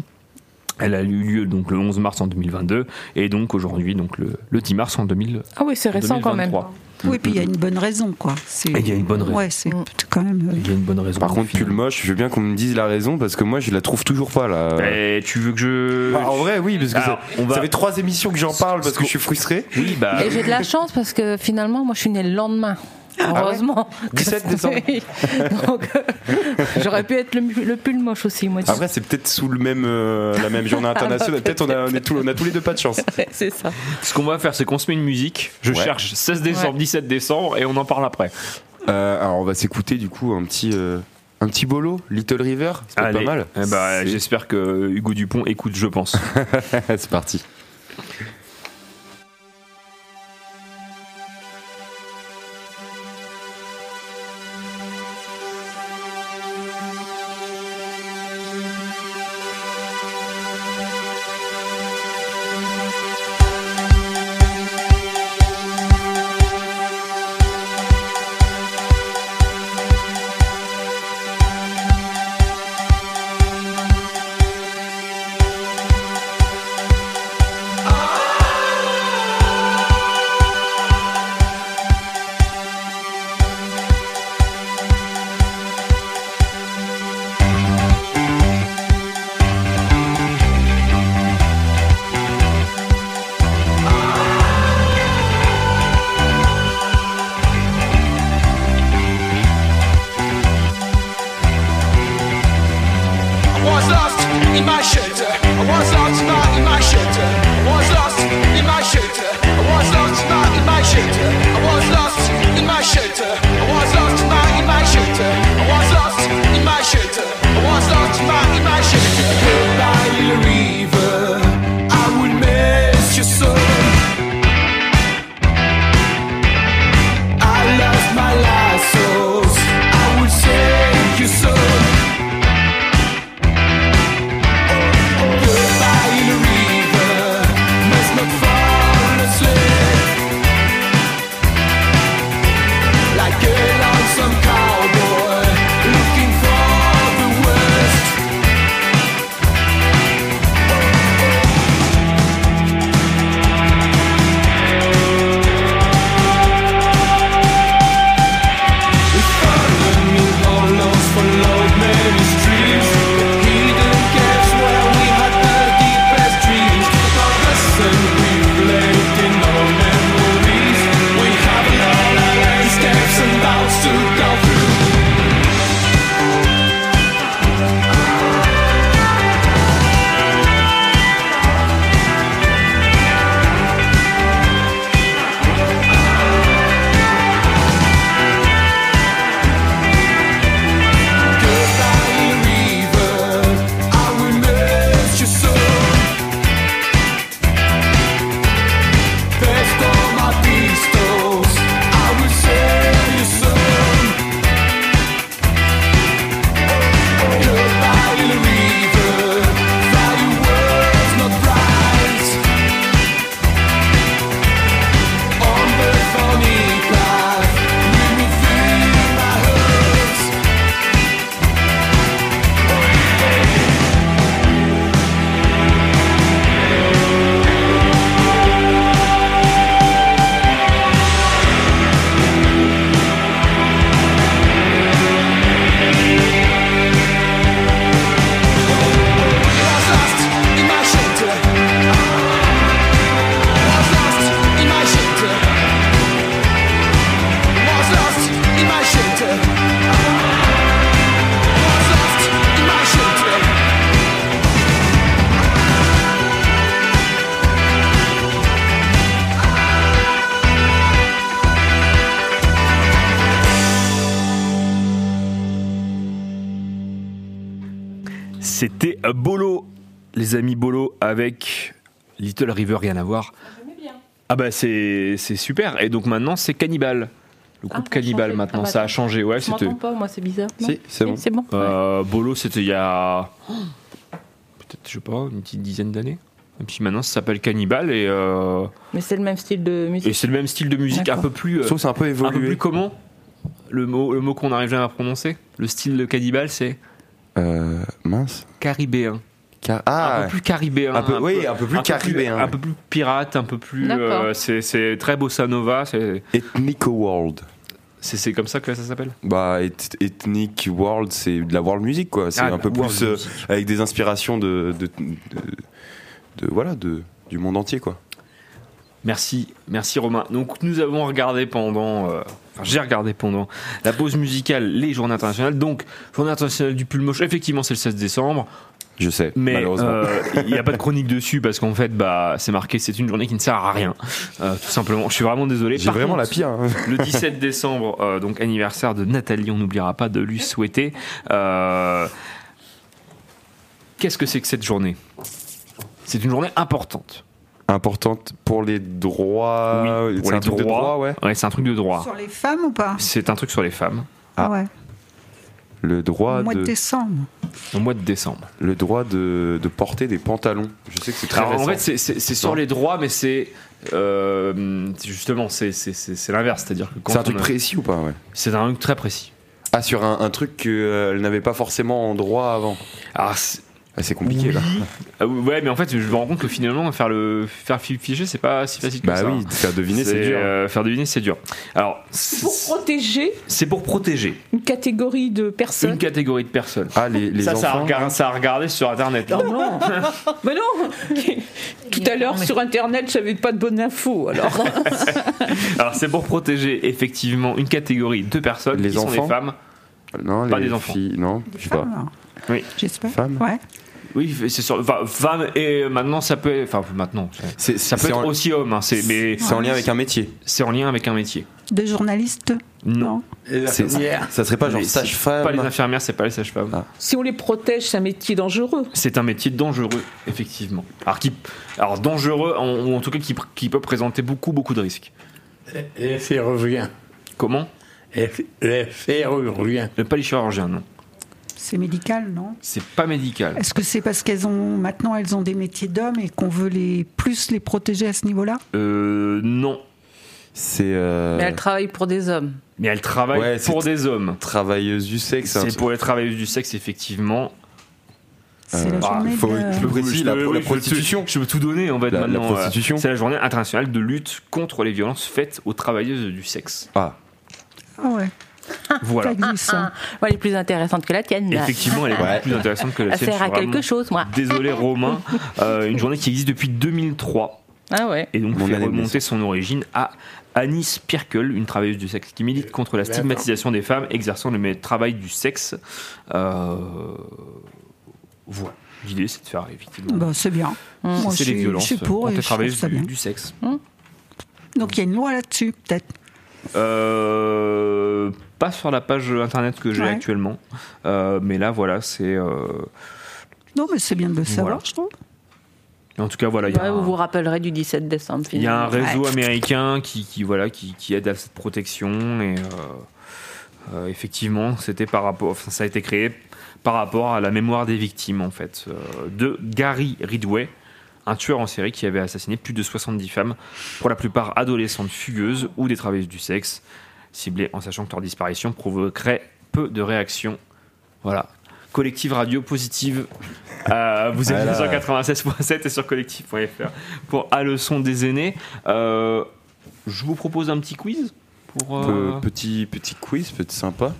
Elle a eu lieu donc le 11 mars en 2022 et donc aujourd'hui donc le, le 10 mars en 2000, Ah oui, c'est récent quand même. 2023. Oui, puis il y a une bonne raison, quoi. C'est- Et il y a une bonne raison. Ouais, c'est quand même. euh, Il y a une bonne raison. Par contre, pull moche, je veux bien qu'on me dise la raison parce que moi, je la trouve toujours pas là. Eh, tu veux que je Bah, en vrai, oui, parce que Alors, ça, on va- ça fait trois émissions que j'en parle parce que je suis frustré. Oui, Ah bah Et j'ai de la chance parce que finalement, moi, je suis née le lendemain. Heureusement. 17 décembre. Oui. (laughs) Donc, euh, j'aurais pu être le, le pull moche aussi, moi. Ah Après, Ah c'est peut-être sous le même, euh, la même (laughs) journée internationale. Ah, peut-être on a, on, est tous- on a tous les deux pas de chance. c'est ça. Ce qu'on va faire, c'est qu'on se met une musique. Je Ouais. cherche 16 décembre, 17 décembre, et on en parle après. (laughs) Euh, alors, on va s'écouter du coup un petit, euh, un petit bolo, Little River. C'est peut-être pas mal. Eh ben, (laughs) C'est- j'espère que Hugo Dupont écoute, je pense. c'est parti. Little river, C'était Bolo, les amis Bolo avec Little River, rien à voir. Ah bah c'est c'est super. Et donc maintenant c'est Cannibal. Le Ah, groupe ça a Cannibal changé. maintenant, Ah bah, ça a changé. Ouais, Je c'était. m'entends pas, moi, c'est bizarre. non Si, c'est bon. C'est bon. Euh, Bolo, c'était il y a. Peut-être, je sais pas, une petite dizaine d'années. Et puis maintenant, ça s'appelle Cannibal et, euh, Mais c'est le même style de musique. et c'est le même style de musique, un D'accord. peu plus. euh, Je trouve que c'est un peu un peu évolué. plus comment Le mot, le mot qu'on n'arrive jamais à prononcer. Le style de Cannibal, c'est Euh, mince. caribéen. Car- un ah, peu plus caribéen. Un peu- oui, un peu plus caribéen. un peu plus pirate, un peu plus. D'accord. euh, c'est- c'est très bossa nova. C'est Ethnico World. c'est- c'est comme ça que ça s'appelle Bah, eth- Ethnic World, c'est de la world music, quoi. C'est Ah, un de peu la world plus euh, music. avec des inspirations de, de, de- de- voilà, de, du monde entier, quoi. Merci, merci Romain. Donc nous avons regardé pendant, euh, enfin j'ai regardé pendant la pause musicale les journées internationales. Donc journée internationale du pull moche, effectivement c'est le 16 décembre, Je sais, mais malheureusement. euh, il n'y a pas de chronique dessus parce qu'en fait bah c'est marqué c'est une journée qui ne sert à rien, Euh, tout simplement. Je suis vraiment désolé. J'ai Par vraiment contre, la pire. hein. le 17 décembre, euh, donc anniversaire de Nathalie, on n'oubliera pas de lui souhaiter. Euh, Qu'est-ce que c'est que cette journée C'est une journée importante. Importante pour les droits. Oui, pour c'est les un truc de droits. droit, ouais. Ouais, c'est un truc de droit. Sur les femmes ou pas C'est un truc sur les femmes, Ah. Ouais. Le droit, Au mois de de, décembre. au mois de décembre. le droit de, de porter des pantalons. Je sais que c'est très Alors, récent. en fait, c'est- c'est c'est sur Non. les droits, mais c'est. euh, justement, c'est c'est- c'est- c'est l'inverse. C'est-à-dire que quand c'est un on truc a- précis ou pas ouais C'est un truc très précis. Ah, sur un, un truc qu'elle n'avait pas forcément en droit avant. Alors, c'est- Ah, c'est compliqué là. ah ouais, mais en fait, je me rends compte que finalement, faire le faire fi- figer, c'est pas si facile que Bah ça. oui, de faire deviner, C'est, c'est dur. euh, faire deviner, c'est dur. Alors, c'est Pour protéger c'est pour protéger une catégorie de une personnes. catégorie de personnes. Ah, les, les ça, ça a, enfants. regard- ça a regardé sur Internet. Oh non (laughs) Mais non Tout à l'heure, sur Internet, j'avais pas de bonnes infos, alors. Alors, c'est pour protéger effectivement une catégorie de personnes Les qui sont enfants. des femmes. non, pas les des enfants. filles, non, je sais pas. Femmes, alors. Oui. J'espère. Femmes. Ouais. Oui, c'est sur enfin, femmes et euh, maintenant ça peut, enfin maintenant, ça C'est peut c'est être en, aussi homme, hein, c'est mais c'est en lien avec un métier. c'est en lien avec un métier. De journalistes Non, C'est- Ça serait pas genre Mais c'est pas les sage-femme. infirmières, c'est pas les sages-femmes. Euh, Ah. si on les protège, c'est un métier dangereux. C'est un métier dangereux, effectivement. Alors, qui, alors dangereux, en- ou en tout cas qui, pr- qui peut présenter beaucoup, beaucoup de risques. Les chirurgiens. Comment Les- Les chirurgiens. Ne pas les chirurgiens, non. C'est médical, non C'est pas médical. Est-ce que c'est parce qu'elles ont maintenant elles ont des métiers d'hommes et qu'on veut les plus les protéger à ce niveau-là Euh, non. C'est euh, Mais elle travaille pour des hommes. Mais elle travaille Ouais, c'est pour t- des hommes. travailleuse du sexe. hein, un C'est truc- pour les travailleuses du sexe, effectivement. C'est Euh, la bah, journée faut- de- je peux préciser la, Oui, la je peux- prostitution. Je peux tout donner, en fait, La- la maintenant. euh, prostitution. C'est la journée internationale de lutte contre les violences faites aux travailleuses du sexe. Ah, Ah ouais, Voilà. ça existe, hein. Moi, elle est plus intéressante que la tienne. là. Effectivement, elle est beaucoup Ouais. plus intéressante que la Elle sienne. sert je à suis quelque vraiment chose, moi. Désolé, Romain. Euh, une journée qui existe depuis 2003. Ah ouais. et donc Mon fait année de remonter son origine à Annie Spirkel, une travailleuse du sexe qui milite contre la Mais stigmatisation des femmes exerçant le mé- travail du sexe. Euh, Voilà. L'idée, c'est de faire effectivement. Bah, c'est bien. Moi, je c'est les suis- violences je suis pour contre les et je trouve travailleuses ça du, bien. du sexe. Donc il y a une loi là-dessus, peut-être. Euh, pas sur la page internet que j'ai Ouais. actuellement, Euh, mais là voilà, c'est. euh, Non, mais c'est bien de le savoir, Voilà. je trouve. En tout cas, voilà, il Bah, y a Ouais, un- vous vous rappellerez du 17 décembre. Il y a un finalement. réseau Ouais. américain qui, qui, voilà, qui, qui aide à cette protection et euh, euh, effectivement, c'était par rapport, enfin, ça a été créé par rapport à la mémoire des victimes en fait euh, de Gary Ridway, un tueur en série qui avait assassiné plus de 70 femmes, pour la plupart adolescentes fugueuses ou des travailleuses du sexe, ciblées en sachant que leur disparition provoquerait peu de réactions. Voilà. Collective Radio Positive. Euh, vous êtes Ah là. sur 96.7 et sur collectif.fr pour À leçon des aînés. Euh, je vous propose un petit quiz pour. euh, Pe- petit petit quiz, petit sympa.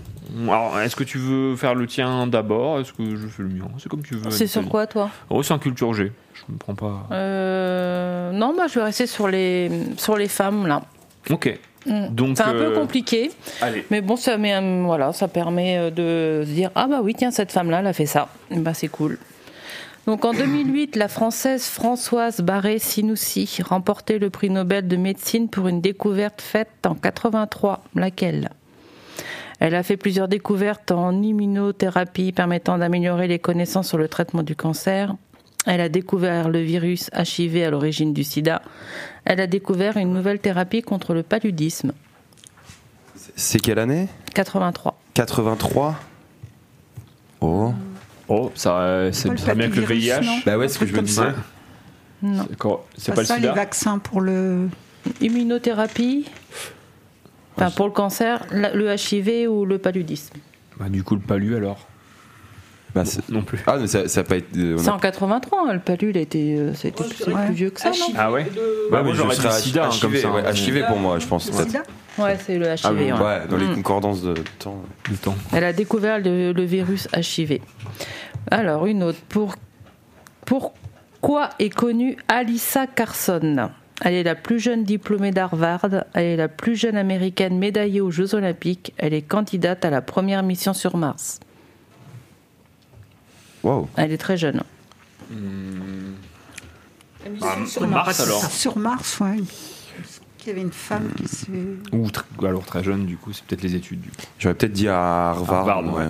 Alors, est-ce que tu veux faire le tien d'abord Est-ce que je fais le mien C'est comme tu veux. C'est sur Nathalie. quoi, toi Oh, c'est un culture G. Je ne prends pas. Euh, Non, moi, je vais rester sur les, sur les femmes, là. Ok. Mm. Donc, C'est un euh, peu compliqué, Allez. mais bon, ça, met un- voilà, ça permet euh, de se dire Ah, bah oui, tiens, cette femme-là, elle a fait ça. Eh ben, c'est cool. Donc en 2008, la Française Françoise Barré-Sinoussi remportait le prix Nobel de médecine pour une découverte faite en 83. Laquelle Elle a fait plusieurs découvertes en immunothérapie permettant d'améliorer les connaissances sur le traitement du cancer. Elle a découvert le virus HIV à l'origine du sida. Elle a découvert une nouvelle thérapie contre le paludisme. C'est quelle année 83. 83 Oh. Oh, ça, euh, pas c'est le ça bien que le papillovirus, VIH. non Bah ouais, c'est ce que je me disais. Non. C'est quoi- C'est Pas, pas le ça, les sida vaccins pour le. Immunothérapie enfin, pour le cancer, la- le HIV ou le paludisme. Bah, du coup, le palu alors Bah, c'est- Non plus. Ah, mais ça, ça a pas été. euh, on a- C'est en 83, hein, le palud, a été, euh, ça a été plus, plus vieux que ça, non Ah ouais Bah, Bah, moi, je j'aurais serais dit sida hein, HIV, comme ça. ouais, hein. HIV pour moi, je pense. peut-être. Ouais, c'est le HIV. Ah ouais. oui, ouais, dans les Mm. concordances de temps. Le temps. Elle a découvert le, le virus HIV. Alors, une autre. Pour, pourquoi est connue Alyssa Carson Elle est la plus jeune diplômée d'Harvard. Elle est la plus jeune américaine médaillée aux Jeux Olympiques. Elle est candidate à la première mission sur Mars. Waouh. Elle est très jeune. hein. Bah, sur Mars, alors. Ah, Sur Mars, ouais. Il y avait une femme qui s'est. Ou tr- alors très jeune, du coup, c'est peut-être les études. Du coup. J'aurais peut-être dit à Harvard. Harvard, ouais.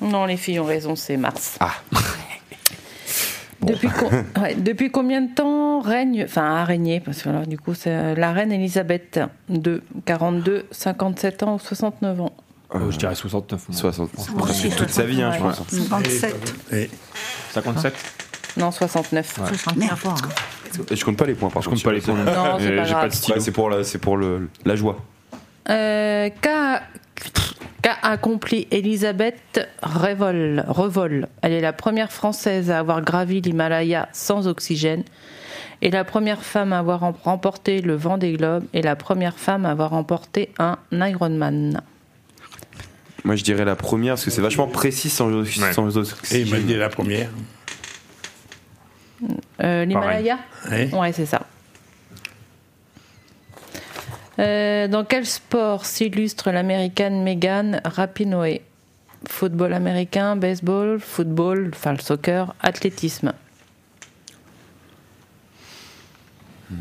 Non, les filles ont raison, c'est Mars. Ah. Depuis, co- (laughs) ouais, depuis combien de temps règne, enfin a régné, parce que alors, du coup c'est euh, la reine Elisabeth de 42, 57 ans ou 69 ans. Euh, je dirais 69. moi. 60. Moi aussi, toute sa vie, hein, je pense. 57. Ah. 57 Non, 69. Je sens bien fort. hein. Mmh. Et je compte pas les points, par Je contre. compte pas les points. non. Non, c'est Euh, pas J'ai pas grave. de stylo. Ouais, c'est pour, la, c'est pour le, la joie. Euh, Qu'a qu'a accompli Elisabeth Revol, Revol Elle est la première Française à avoir gravi l'Himalaya sans oxygène et la première femme à avoir em- remporté le vent des globes et la première femme à avoir remporté un Ironman. Moi, je dirais la première, parce que c'est vachement précis sans, sans Et il m'a oxygène. dit la première. Euh, L'Himalaya Ouais. Ouais, c'est ça. Euh, dans quel sport s'illustre l'américaine Megan Rapinoe Football américain, baseball, football, enfin le soccer, athlétisme. Je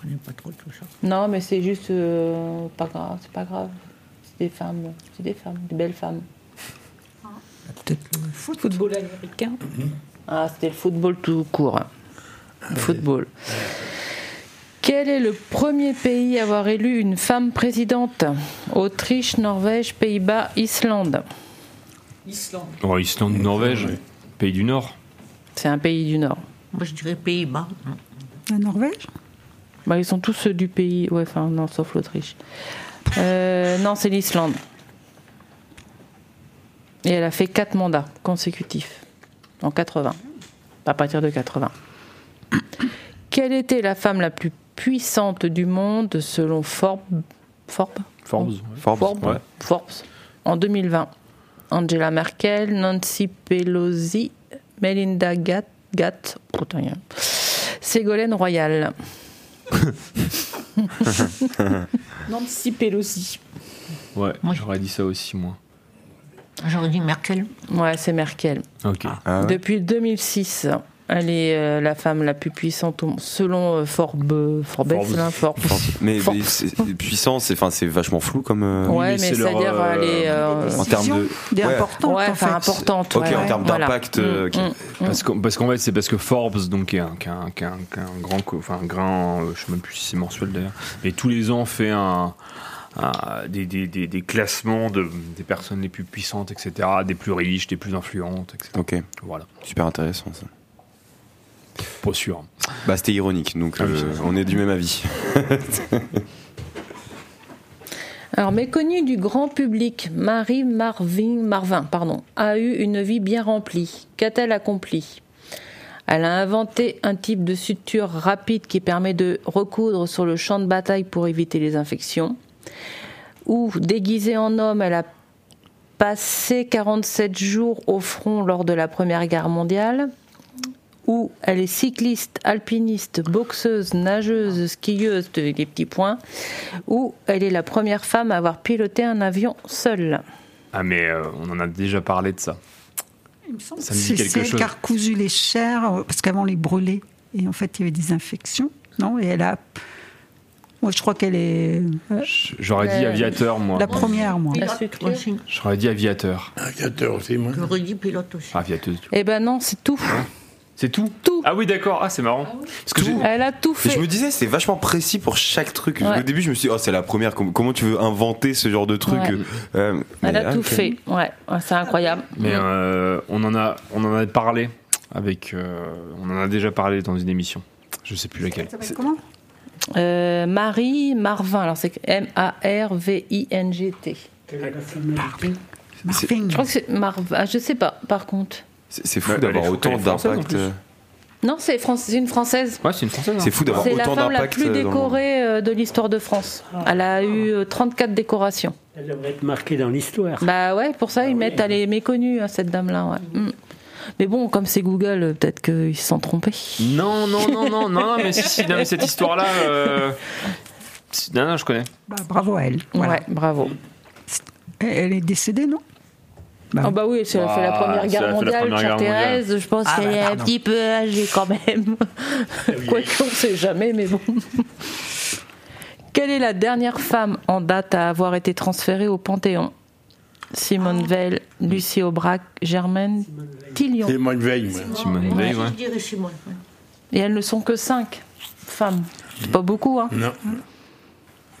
connais pas trop tout ça. Non, mais c'est juste euh, pas grave, c'est pas grave. C'est des femmes, c'est des femmes, des belles femmes. Peut-être le- Football américain. Ah, c'était le football tout court. hein. Football. Quel est le premier pays à avoir élu une femme présidente Autriche, Norvège, Pays-Bas, Islande. Islande. Oh, Islande, Norvège, pays du Nord. C'est un pays du Nord. Moi, je dirais Pays-Bas. La Norvège Bah, ils sont tous ceux du pays. Ouais, enfin, non, sauf l'Autriche. Euh, non, c'est l'Islande. Et elle a fait quatre mandats consécutifs en 80. À partir de 80. Quelle était la femme la plus puissante du monde selon Forbes Forbes Forbes. Forbes. Forbes, ouais. Forbes. En 2020, Angela Merkel, Nancy Pelosi, Melinda Gatt, Gatt putain, rien. Ségolène Royal. Nancy Pelosi. Ouais, j'aurais dit ça aussi, moi. J'aurais dit Merkel. Ouais, c'est Merkel. Ok. Ah ouais. Depuis 2006, elle est euh, la femme la plus puissante au monde, selon euh, Forbes. Forbes, Forbes. là, Forbes. Mais, Forbes. mais c'est- c'est puissant, c'est, enfin, c'est vachement flou comme. euh, Ouais, mais mais c'est leur, c'est-à-dire, euh, elle est. euh, En termes de. Des Ouais. importantes, ouais, en fait. enfin, importante. Ok, ouais, en ouais, termes voilà. d'impact. euh, ok. Mm, Parce qu'en parce qu'en fait, c'est parce que Forbes, donc, qui est un, qui est un- qui est un- qui est un grand, co- enfin, un grand, euh, je sais même plus si c'est mensuel d'ailleurs, mais tous les ans fait un, un- des, des- des- des classements de, des personnes les plus puissantes, etc., des plus riches, des plus influentes, etc. Ok, Voilà, super intéressant ça. pas sûr. Bah, c'était ironique, donc Ah oui, euh, c'est- on est du même avis. Alors, méconnue du grand public, Marie Marvin, Marvin pardon, a eu une vie bien remplie. Qu'a-t-elle accompli Elle a inventé un type de suture rapide qui permet de recoudre sur le champ de bataille pour éviter les infections. Ou, déguisée en homme, elle a passé 47 jours au front lors de la Première Guerre mondiale. Ou elle est cycliste, alpiniste, boxeuse, nageuse, skieuse, avec des petits points où elle est la première femme à avoir piloté un avion seule. Ah, mais euh, on en a déjà parlé de ça. Il me semble Ça que me dit c'est quelque celle chose. qui a recousu les chairs, euh, parce qu'avant on les brûlait. Et en fait, il y avait des infections, non Et elle a Moi, je crois qu'elle est. J'aurais dit aviateur, moi. La première, moi. J'aurais dit aviateur. Aviateur aussi, moi. J'aurais dit pilote aussi. Aviateuse. Eh ben non, c'est tout. C'est tout Tout. Ah oui, d'accord. Ah, c'est marrant. Parce que j'ai- Elle a tout Et je fait. me disais, c'est vachement précis pour chaque truc. Ouais. Au début, je me suis dit, oh, c'est la première. com- Comment tu veux inventer ce genre de truc Ouais. Euh, Elle mais, a ah, tout ok. fait. Ouais, ouais, c'est incroyable. Mais euh, on, en a, on en a parlé avec. euh, on en a déjà parlé dans une émission. Je sais plus laquelle. Mais Comment Euh, Marie Marvin, alors c'est M-A-R-V-I-N-G-T. Marvin. Je crois que c'est Marvin, ah, je sais pas par contre. C'est c'est Bah, fou elle d'avoir est fr- autant elle est française, en d'impact. plus. euh, Non, c'est Fran- c'est une Française. Ouais, c'est une française. hein. C'est fou d'avoir C'est la Bah, autant femme la d'impact. plus euh, dans le monde. décorée euh, de l'histoire de France. Elle a eu euh, 34 décorations. Elle devrait être marquée dans l'histoire. Bah ouais, pour ça, ils mettent, elle est méconnue, hein, cette dame-là. ouais. Mm. Mais bon, comme c'est Google, euh, peut-être qu'ils se sont trompés. Non, non, non, non, non, non, mais si, si, non, mais cette histoire-là. euh, c'est- Non, non, je connais. Bah, bravo à elle. Voilà. Ouais, bravo. Elle- Elle est décédée, non Ah bah oui, si elle a fait la Ah, Première si elle a Guerre fait la mondiale, Première chère Guerre mondiale. Thérèse, je pense qu'elle est un petit peu âgée quand (laughs) même. Quoique, on ne sait jamais, mais bon. Quelle est la dernière femme en date à avoir été transférée au Panthéon Simone Veil, Lucie Aubrac, Germaine Tillion. C'est moi de veille, moi. Simone Veil, ouais. Je dirais Simone. Et elles ne sont que cinq femmes. C'est pas beaucoup, hein Non,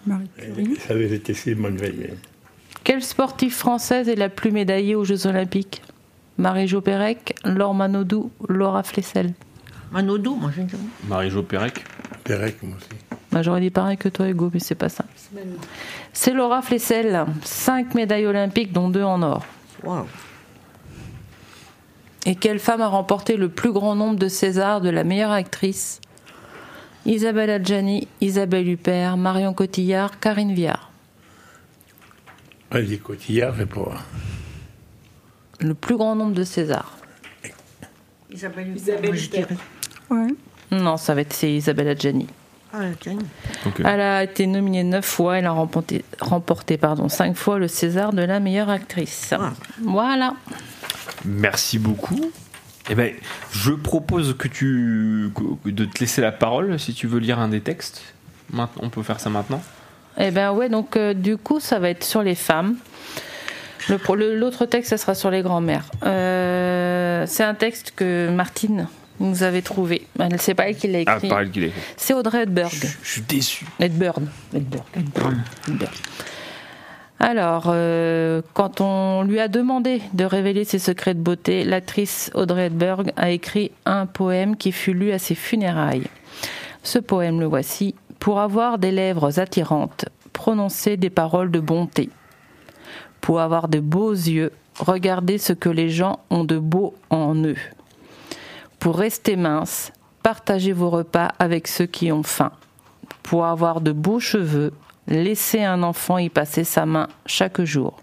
Marie Curie. ça avait été Simone Veil. mais- Quelle sportive française est la plus médaillée aux Jeux Olympiques Marie-Jo Pérec, Laure Manodou, Laura Flessel. Manodou, moi je dirais. Marie-Jo Pérec. Pérec, moi aussi. Bah, J'aurais dit pareil que toi, Hugo, mais c'est pas ça. C'est Laura Flessel, cinq médailles olympiques, dont deux en or. Waouh. Et quelle femme a remporté le plus grand nombre de Césars de la meilleure actrice Isabelle Adjani, Isabelle Huppert, Marion Cotillard, Karine Viard. Vas-y, Cotillard, c'est pour. Le plus grand nombre de Césars. Isabelle Huppert, moi je dirais. Ouais. Non, ça va être c'est Isabelle Adjani. Ah, la tienne. euh, Ah. Elle a été nominée neuf fois. Elle a remporté, remporté pardon, cinq fois le César de la meilleure actrice. Voilà. Merci beaucoup. Eh ben, je propose que tu que- de te laisser la parole si tu veux lire un des textes. Mainte- On peut faire ça maintenant. Eh ben ouais, donc euh, du coup, ça va être sur les femmes. Le pro- le- L'autre texte, ça sera sur les grands-mères. Euh, c'est un texte que Martine nous avait trouvé. Elle sait pas elle qui l'a Ah, écrit. pareil qu'il est. c'est Audrey Hepburn. Je suis déçu. Edburn. Alors, euh, quand on lui a demandé de révéler ses secrets de beauté, l'actrice Audrey Hepburn a écrit un poème qui fut lu à ses funérailles. Ce poème, le voici. Pour avoir des lèvres attirantes, prononcez des paroles de bonté. Pour avoir de beaux yeux, regardez ce que les gens ont de beau en eux. Pour rester mince, partagez vos repas avec ceux qui ont faim. Pour avoir de beaux cheveux, laissez un enfant y passer sa main chaque jour.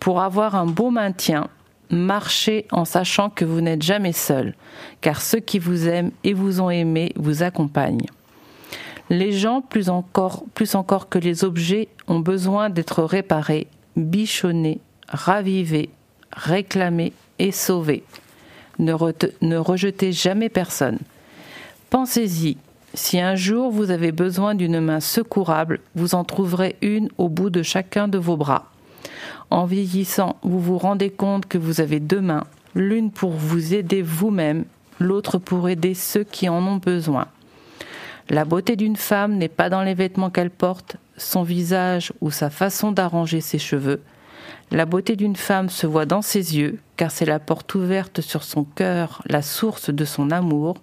Pour avoir un beau maintien, marchez en sachant que vous n'êtes jamais seul, car ceux qui vous aiment et vous ont aimé vous accompagnent. Les gens, plus encore, plus encore que les objets, ont besoin d'être réparés, bichonnés, ravivés, réclamés et sauvés. Ne, rete- ne rejetez jamais personne. Pensez-y, si un jour vous avez besoin d'une main secourable, vous en trouverez une au bout de chacun de vos bras. En vieillissant, vous vous rendez compte que vous avez deux mains, l'une pour vous aider vous-même, l'autre pour aider ceux qui en ont besoin. La beauté d'une femme n'est pas dans les vêtements qu'elle porte, son visage ou sa façon d'arranger ses cheveux. La beauté d'une femme se voit dans ses yeux, car c'est la porte ouverte sur son cœur, la source de son amour.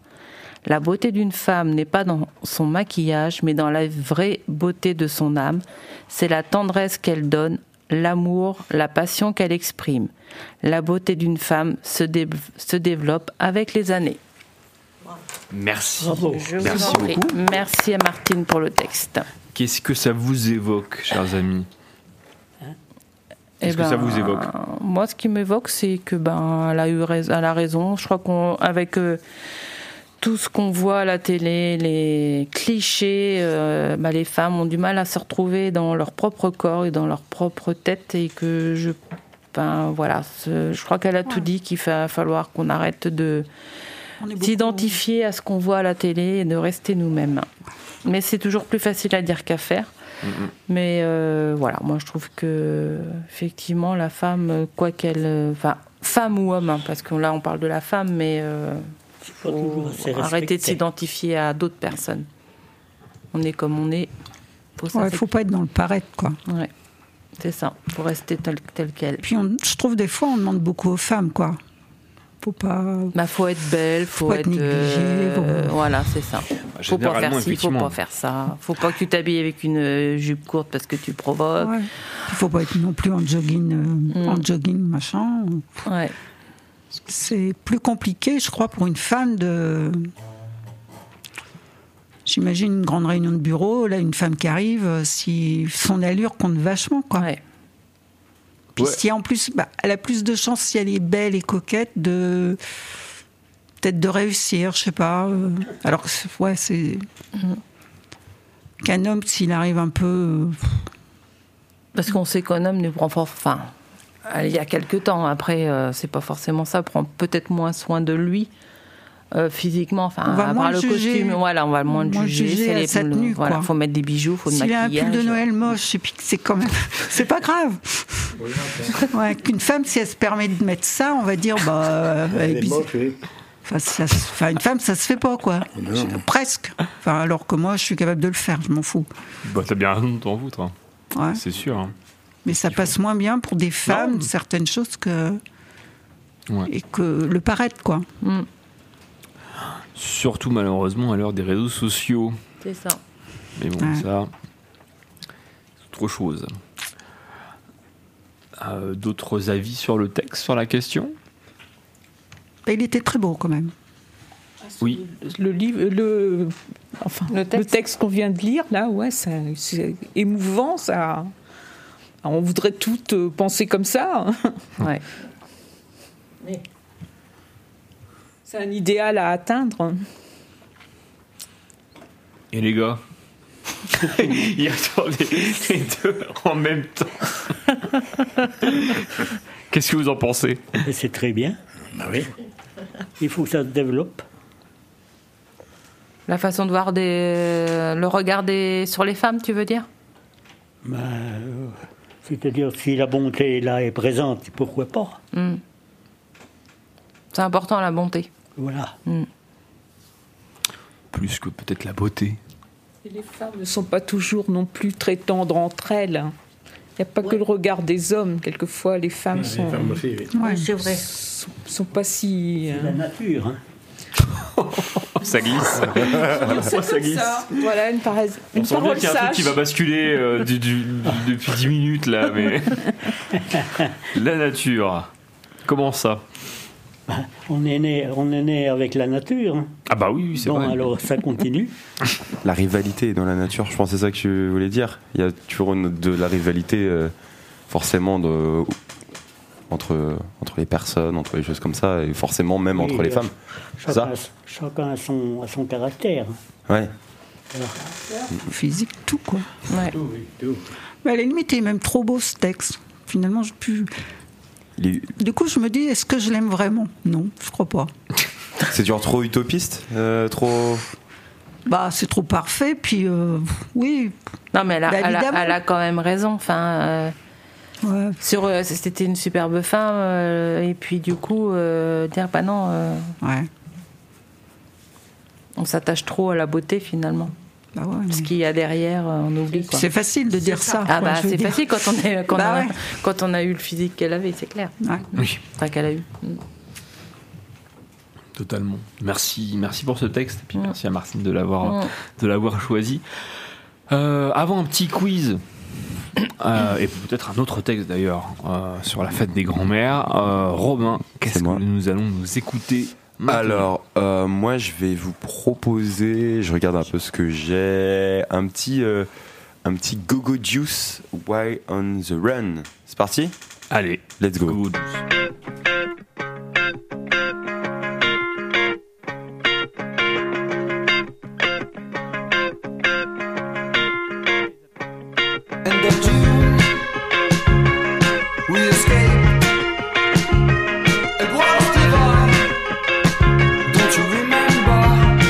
La beauté d'une femme n'est pas dans son maquillage, mais dans la vraie beauté de son âme. C'est la tendresse qu'elle donne, l'amour, la passion qu'elle exprime. La beauté d'une femme se, dé- se développe avec les années. Merci. Merci Merci à Martine pour le texte. Qu'est-ce que ça vous évoque, chers amis Qu'est-ce Eh que ça ben, vous évoque Moi, ce qui m'évoque, c'est que ben, elle a eu raison. Elle a raison. Je crois qu'on avec euh, tout ce qu'on voit à la télé, les clichés, euh, bah, les femmes ont du mal à se retrouver dans leur propre corps et dans leur propre tête, et que je, ben, voilà, ce- je crois qu'elle a tout dit qu'il va falloir qu'on arrête de s'identifier à ce qu'on voit à la télé et de rester nous-mêmes. Mais c'est toujours plus facile à dire qu'à faire. Mais euh, voilà, moi je trouve que effectivement la femme, quoi qu'elle, euh, enfin femme ou homme, hein, parce que là on parle de la femme, mais euh, faut toujours se arrêter de respecter. s'identifier à d'autres personnes. On est comme on est. Faut Il ne faut pas être dans le paraître, quoi. Ouais. C'est ça, faut rester tel, tel quel. Puis on- je trouve des fois on demande beaucoup aux femmes, quoi. Faut pas. Bah, faut être belle, faut, Faut être être. euh, voilà, c'est ça. faut pas Bah, généralement, faire ci, faut effectivement. pas faire ça. Faut pas que tu t'habilles avec une euh, jupe courte parce que tu provoques. Ouais. Il faut pas être non plus en jogging, Mm. euh, en jogging machin. C'est plus compliqué, je crois, pour une femme de. J'imagine une grande réunion de bureau, là, une femme qui arrive, euh, si son allure compte vachement, quoi. Puis Ouais. si en plus, bah, elle a plus de chances si elle est belle et coquette de peut-être de réussir, je sais pas. euh, Alors que c'est- ouais, c'est qu'un homme s'il arrive un peu euh, Parce qu'on sait qu'un homme ne prend pas. Enfin, il y a quelques temps, après, euh, c'est pas forcément ça, prend peut-être moins soin de lui. euh, physiquement, enfin, On va à moins part le le juger. costume, voilà, on va le moins le Moins le juger. juger c'est à les- sa tenue, voilà, quoi. faut mettre des bijoux, faut de S'il a un maquillage. pull de Noël moche, et puis que c'est quand même. (laughs) C'est pas grave. Ouais, Qu'une femme, si elle se permet de mettre ça, on va dire. Bah, euh, Elle et est puis- moche, oui. Enfin, ça se- enfin, une femme, ça se fait pas, quoi. Non. Presque. Enfin, alors que moi, je suis capable de le faire, je m'en fous. Bah, t'as bien raison de t'en foutre. hein. Ouais. C'est sûr. hein. Mais ça passe moins bien pour des femmes, certaines choses que. Ouais. Et que le paraître, quoi. Surtout malheureusement à l'heure des réseaux sociaux. C'est ça. Mais bon, Ouais. ça, c'est autre chose. Euh, D'autres avis sur le texte, sur la question Et il était très beau, quand même. Oui. Le livre, le, enfin, le texte, qu'on vient de lire, là, ouais, ça- c'est émouvant, ça. On voudrait toutes euh, penser comme ça. Ouais. C'est un idéal à atteindre. Et les gars Ils attendez les deux en même temps. Qu'est-ce que vous en pensez Et c'est très bien. Bah oui. Il faut que ça se développe. La façon de voir des, le regard des- sur les femmes, tu veux dire Ben, euh, C'est-à-dire, si la bonté est là et présente, pourquoi pas Hmm. C'est important la bonté. Voilà. Hmm. Plus que peut-être la beauté. Et les femmes ne sont pas toujours non plus très tendres entre elles. Il n'y a pas que le regard des hommes. Quelquefois, les femmes Les sont. femmes aussi, oui. Ouais, Oui, c'est vrai. Sont, sont pas si. euh, La nature, hein. Oh, Ça glisse. c'est comme ça. Voilà une, para- On une sent bien parole qu'il y a un truc sage. qui va basculer euh, du- du- du- depuis 10 minutes là, mais. la nature. Comment ça On est né, on est né avec la nature. hein. Ah bah oui, oui, c'est Bon, vrai. alors ça continue. (laughs) La rivalité dans la nature, je pense que c'est ça que tu voulais dire. Il y a toujours une- de la rivalité, euh, forcément, de- entre, entre les personnes, entre les choses comme ça, et forcément même Oui, entre les euh, femmes. Chacun, C'est ça a, chacun a son, a son caractère. Ouais. Physique, tout, quoi. Tout, oui, tout. Mais à la limite, il est même trop beau, ce texte. Finalement, je plus. Il est- Du coup, je me dis, est-ce que je l'aime vraiment Non, je crois pas. C'est genre trop utopiste euh, Trop. Bah, c'est trop parfait, puis euh, oui. Non, mais elle a, Bah, elle a- évidemment. elle a quand même raison. Enfin, euh, sur, euh, c'était une superbe femme, euh, et puis du coup, euh, dire bah non, euh, Ouais. on s'attache trop à la beauté finalement. Ce qu'il y a derrière, euh, on oublie. quoi. Mm. C'est facile de dire ça. Ah quoi, bah je veux c'est dire. facile quand on, est, quand, Bah on a, ouais. quand on a eu le physique qu'elle avait, c'est clair. Oui. Enfin, qu'elle a eu. Totalement. Merci, merci pour ce texte. Et puis Mm. merci à Martine de l'avoir, Mm. de l'avoir choisi. Euh, avant un petit quiz. (coughs) euh, et peut-être un autre texte d'ailleurs euh, sur la fête des grands-mères. Euh, Robin, qu'est-ce que nous allons nous écouter (laughs) Alors, euh, moi, je vais vous proposer. Je regarde un peu ce que j'ai. Un petit. euh, un petit Gogo Juice Why on the Run. C'est parti Allez. Let's go. end of June. We escape. It was divine. Don't you realize?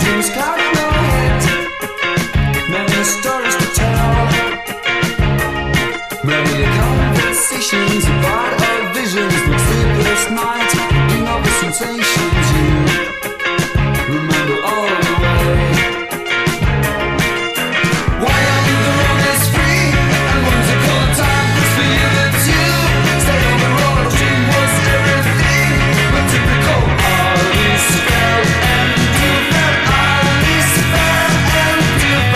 Dreams got no end. Many stories to tell. Many conversations about our visions. No sleepless nights. You know the sensations you remember all the way. While the road is free and whimsical time is for you to do. Stay on the road. Dream was everything. But typical all is fair and different. All is fair and different.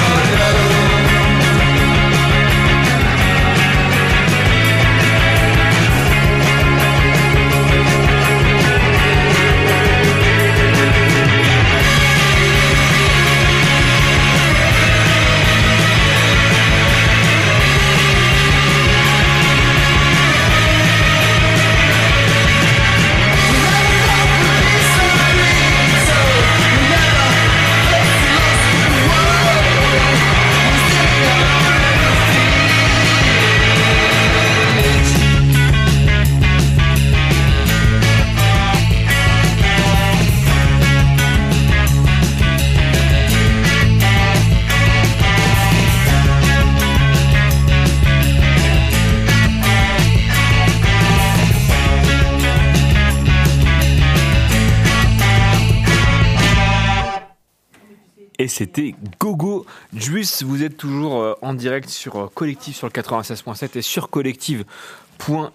Et c'était Gogo Juice. Vous êtes toujours euh, en direct sur euh, Collective sur le 96.7 et sur collective.fr.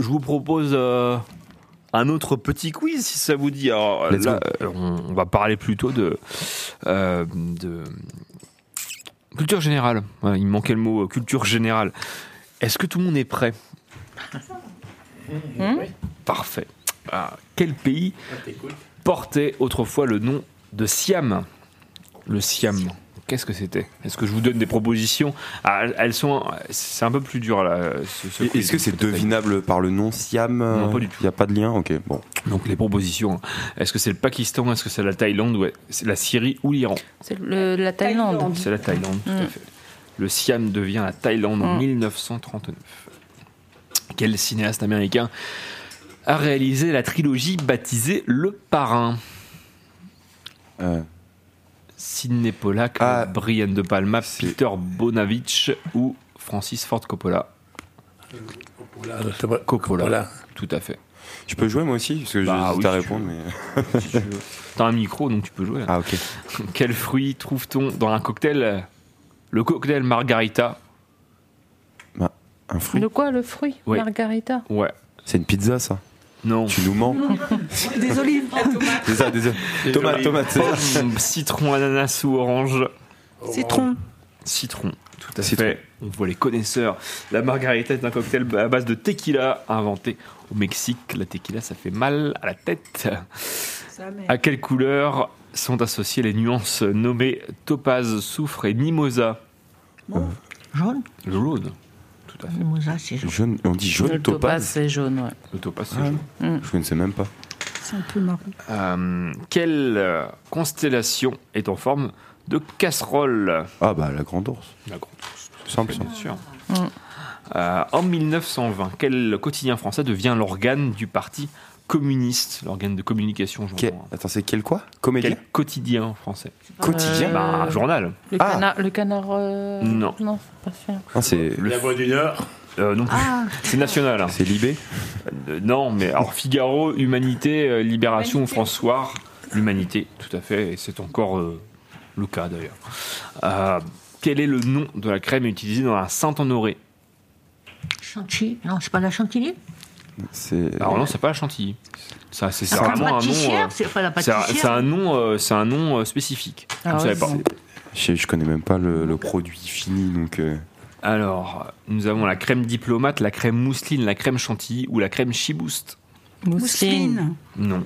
Je vous propose euh, un autre petit quiz si ça vous dit. Alors, euh, Let's là, go. euh, on on va parler plutôt de, euh, de culture générale. Voilà, il me manquait le mot euh, culture générale. Est-ce que tout le monde est prêt Parfait. Ah, quel pays portait autrefois le nom de Siam Le Siam. Qu'est-ce que c'était Est-ce que je vous donne des propositions Ah, Elles sont. C'est un peu plus dur là. ce- ce Et- quiz, Est-ce que c'est peut-être, avec- devinable par le nom Siam Non, pas du Il n'y a pas de lien Ok, bon. Donc les propositions. hein. Est-ce que c'est le Pakistan Est-ce que c'est la Thaïlande ou est-ce la Syrie ou l'Iran C'est le- la Thaïlande. C'est la Thaïlande, tout Mm. à fait. Le Siam devient la Thaïlande en 1939. Quel cinéaste américain a réalisé la trilogie baptisée Le Parrain Euh. Sidney Pollack, Brian De Palma, Peter Bonavitch ou Francis Ford Coppola Coppola. Tout à fait. Je peux jouer moi aussi Parce que Bah j'hésite oui, à si répondre, mais. euh, T'as un micro, donc tu peux jouer. hein. Ah, ok. Quel fruit trouve-t-on dans un cocktail euh, Le cocktail margarita. un De quoi le fruit Oui. Margarita. Ouais. C'est une pizza, ça Non. Tu nous mens Des olives. (laughs) C'est ça, désolé. Tomate, tomate, c'est ça. Pomme, Citron, ananas ou orange Citron. Citron, tout à fait. On voit les connaisseurs. La margarita est un cocktail à base de tequila inventé au Mexique. La tequila, ça fait mal à la tête. À quelle couleur sont associées les nuances nommées topaz, soufre et mimosa Ah Jaune Jaune. Tout à fait. Mimosa, Ah, c'est jaune. Jaune, on dit jaune Le topaz, topaz c'est jaune, ouais. Le topaz, c'est Ah, jaune. Je connaissais même pas. C'est un peu marrant. Euh, quelle euh, constellation est en forme de casserole Ah, bah la grande ours. La grande ours. tout à Simple, fait, ça. bien sûr. Mm. Euh, en 1920, quel quotidien français devient l'organe du parti communiste L'organe de communication, j'entends. Quel- Attends, c'est quel quoi Comédien Euh, Quel quotidien français Quotidien Bah, Un journal. Le canard. Le canard euh, Non. Non, c'est pas ça. Ah, c'est La Voix du Nord. Euh, non plus. Ah. C'est national. hein. C'est Libé Euh, Non, mais alors Figaro, Humanité, euh, Libération ou François, l'Humanité, tout à fait, et c'est encore euh, le cas d'ailleurs. Euh, quel est le nom de la crème utilisée dans la Saint-Honoré Chantilly Non, c'est pas la chantilly Alors non, c'est pas la chantilly. Ça, c'est c'est Ah, la vraiment un nom. euh, pâtissière, c'est pas la c'est un- pâtissière. c'est un nom, euh, c'est un nom euh, spécifique. Ah Vous ouais, savez pas. Je, sais- je connais même pas le, le produit fini, donc. euh, Alors, nous avons la crème diplomate, la crème mousseline, la crème chantilly ou la crème chibouste. Mousseline. Non.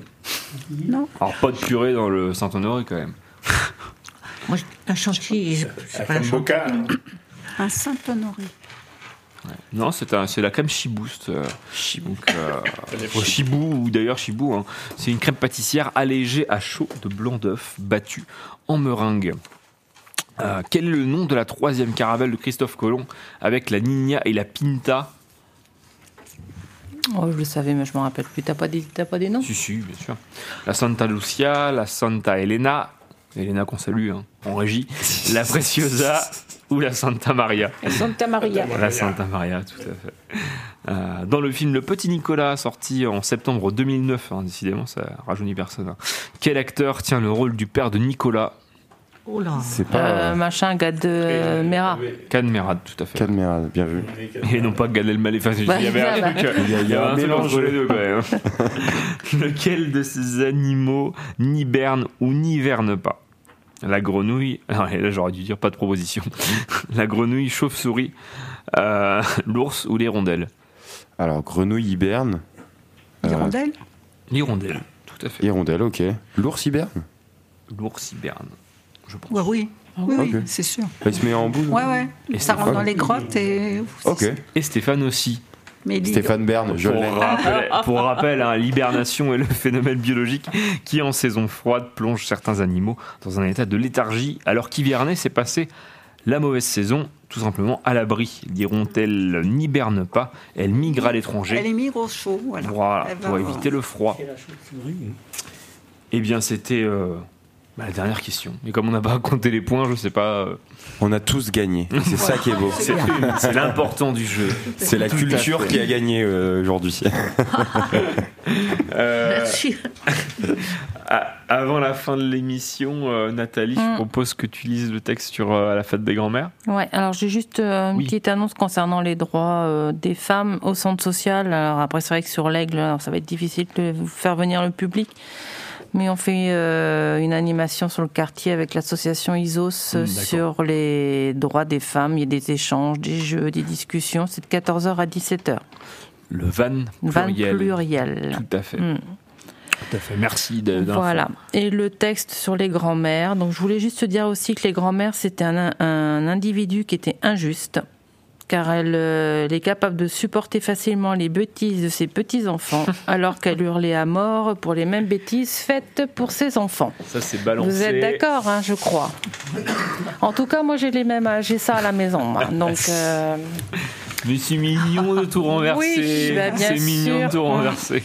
Non. Alors pas de purée dans le Saint-Honoré quand même. Moi, la chantilly, c'est pas la chantilly. Un Saint-Honoré. Non, c'est un- c'est la crème Chibouste. euh, donc, euh, au Chibou, ou d'ailleurs Chibou, hein. c'est une crème pâtissière allégée à chaud de blanc d'œuf battu en meringue. Euh, quel est le nom de la troisième caravelle de Christophe Colomb avec la Nina et la Pinta Oh, je le savais, mais je me rappelle plus. T'as pas des, t'as pas des noms Si, si, bien sûr. La Santa Lucia, la Santa Elena, Elena qu'on salue hein, en régie, la Preciosa ou la Santa Maria. Santa Maria. La Santa Maria, tout à fait. Euh, dans le film Le Petit Nicolas, sorti en septembre 2009, hein, décidément, ça rajeunit personne. hein. Quel acteur tient le rôle du père de Nicolas Oh là. C'est Ah, Euh, machin, Gad euh, Mera. Cadmerade, tout à fait. Cadmerade, bien vu. Et non pas Gad Elmaleh. Enfin, il Bah, y avait un voilà. truc. (laughs) Il y a, il y a un un truc mélange. entre les deux, quand (laughs) même. Lequel de ces animaux n'hiberne ou n'hiverne pas La grenouille. (laughs) Ah ouais, là, j'aurais dû dire pas de proposition. (laughs) La grenouille, chauve-souris, euh, (laughs) l'ours ou l'hirondelle Alors, grenouille hiberne. Euh, L'hirondelle L'hirondelle, tout à fait. Hirondelle, ok. Bah, L'ours hiberne L'ours hiberne. Ouais, oui, oui, oui, Ok. c'est sûr. Bah, Il se met en boule Ouais, ouais. Et ça c'est- rentre dans les grottes et. Ok. Et Stéphane aussi. Mais il- Stéphane Bern, je Pour (laughs) l'ai. rappel, pour rappel, hein, l'hibernation est le phénomène biologique qui, en saison froide, plonge certains animaux dans un état de léthargie, alors qu'hiverner, c'est passer la mauvaise saison tout simplement à l'abri. L'hirondelle n'hiberne pas, elle migre à Elle est l'étranger mise au chaud, voilà. pour, voilà, Elle va- pour éviter le froid. Eh bien, c'était euh, bah, la dernière question. Et comme on n'a pas (laughs) compté les points, je sais pas. euh, On a tous gagné. C'est ça qui est beau. c'est- C'est l'important du jeu. C'est la Tout à culture fait. qui a gagné euh, aujourd'hui. Euh, Merci. (laughs) A- Euh, Avant la fin de l'émission, euh, Nathalie, je Mm. propose que tu lises le texte sur euh, la fête des grands-mères. Ouais, alors j'ai juste euh, une Oui. petite annonce concernant les droits euh, des femmes au centre social. Alors après, c'est vrai que sur l'aigle, alors, ça va être difficile de vous faire venir le public. Mais on fait euh, une animation sur le quartier avec l'association ISOS euh, Mm, d'accord. sur les droits des femmes. Il y a des échanges, des jeux, des discussions. C'est de 14h à 17h. Le van Van pluriel. pluriel. Tout à fait. Mm. Tout à fait. Merci de- d'info. Voilà. Et le texte sur les grands-mères. Donc, je voulais juste te dire aussi que les grands-mères, c'était un, un individu qui était injuste, car elle, euh, elle est capable de supporter facilement les bêtises de (laughs) ses petits-enfants, alors qu'elle hurlait à mort pour les mêmes bêtises faites pour ses enfants. Ça, c'est balancé. Vous êtes d'accord, hein, je crois. En tout cas, moi, j'ai les mêmes, j'ai ça à la (laughs) maison. moi. Donc, euh, Mais c'est mignon de tout renverser. (laughs) Oui, bah, bien c'est mignon de tout sûr. renverser.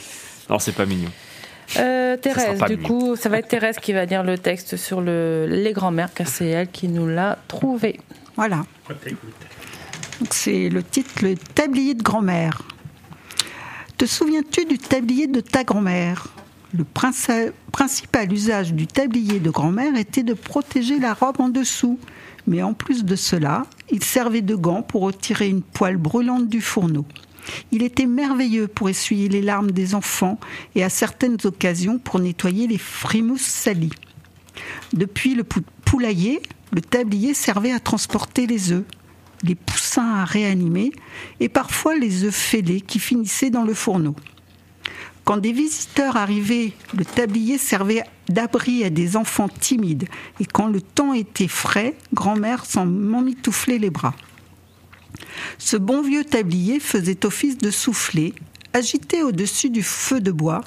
Non, c'est pas mignon. Euh, sera Thérèse, pas du mieux. coup, ça va être Thérèse qui va dire le texte sur le, les grands-mères, car c'est elle qui nous l'a trouvé. Voilà. Donc, C'est le titre, le tablier de grand-mère. Te souviens-tu du tablier de ta grand-mère Le princi- principal usage du tablier de grand-mère était de protéger la robe en dessous. Mais en plus de cela, il servait de gant pour retirer une poêle brûlante du fourneau. Il était merveilleux pour essuyer les larmes des enfants et à certaines occasions pour nettoyer les frimousses salies. Depuis le pou- poulailler, le tablier servait à transporter les œufs, les poussins à réanimer et parfois les œufs fêlés qui finissaient dans le fourneau. Quand des visiteurs arrivaient, le tablier servait d'abri à des enfants timides et quand le temps était frais, grand-mère s'en m'emmitouflait les bras. Ce bon vieux tablier faisait office de soufflet, agité au-dessus du feu de bois,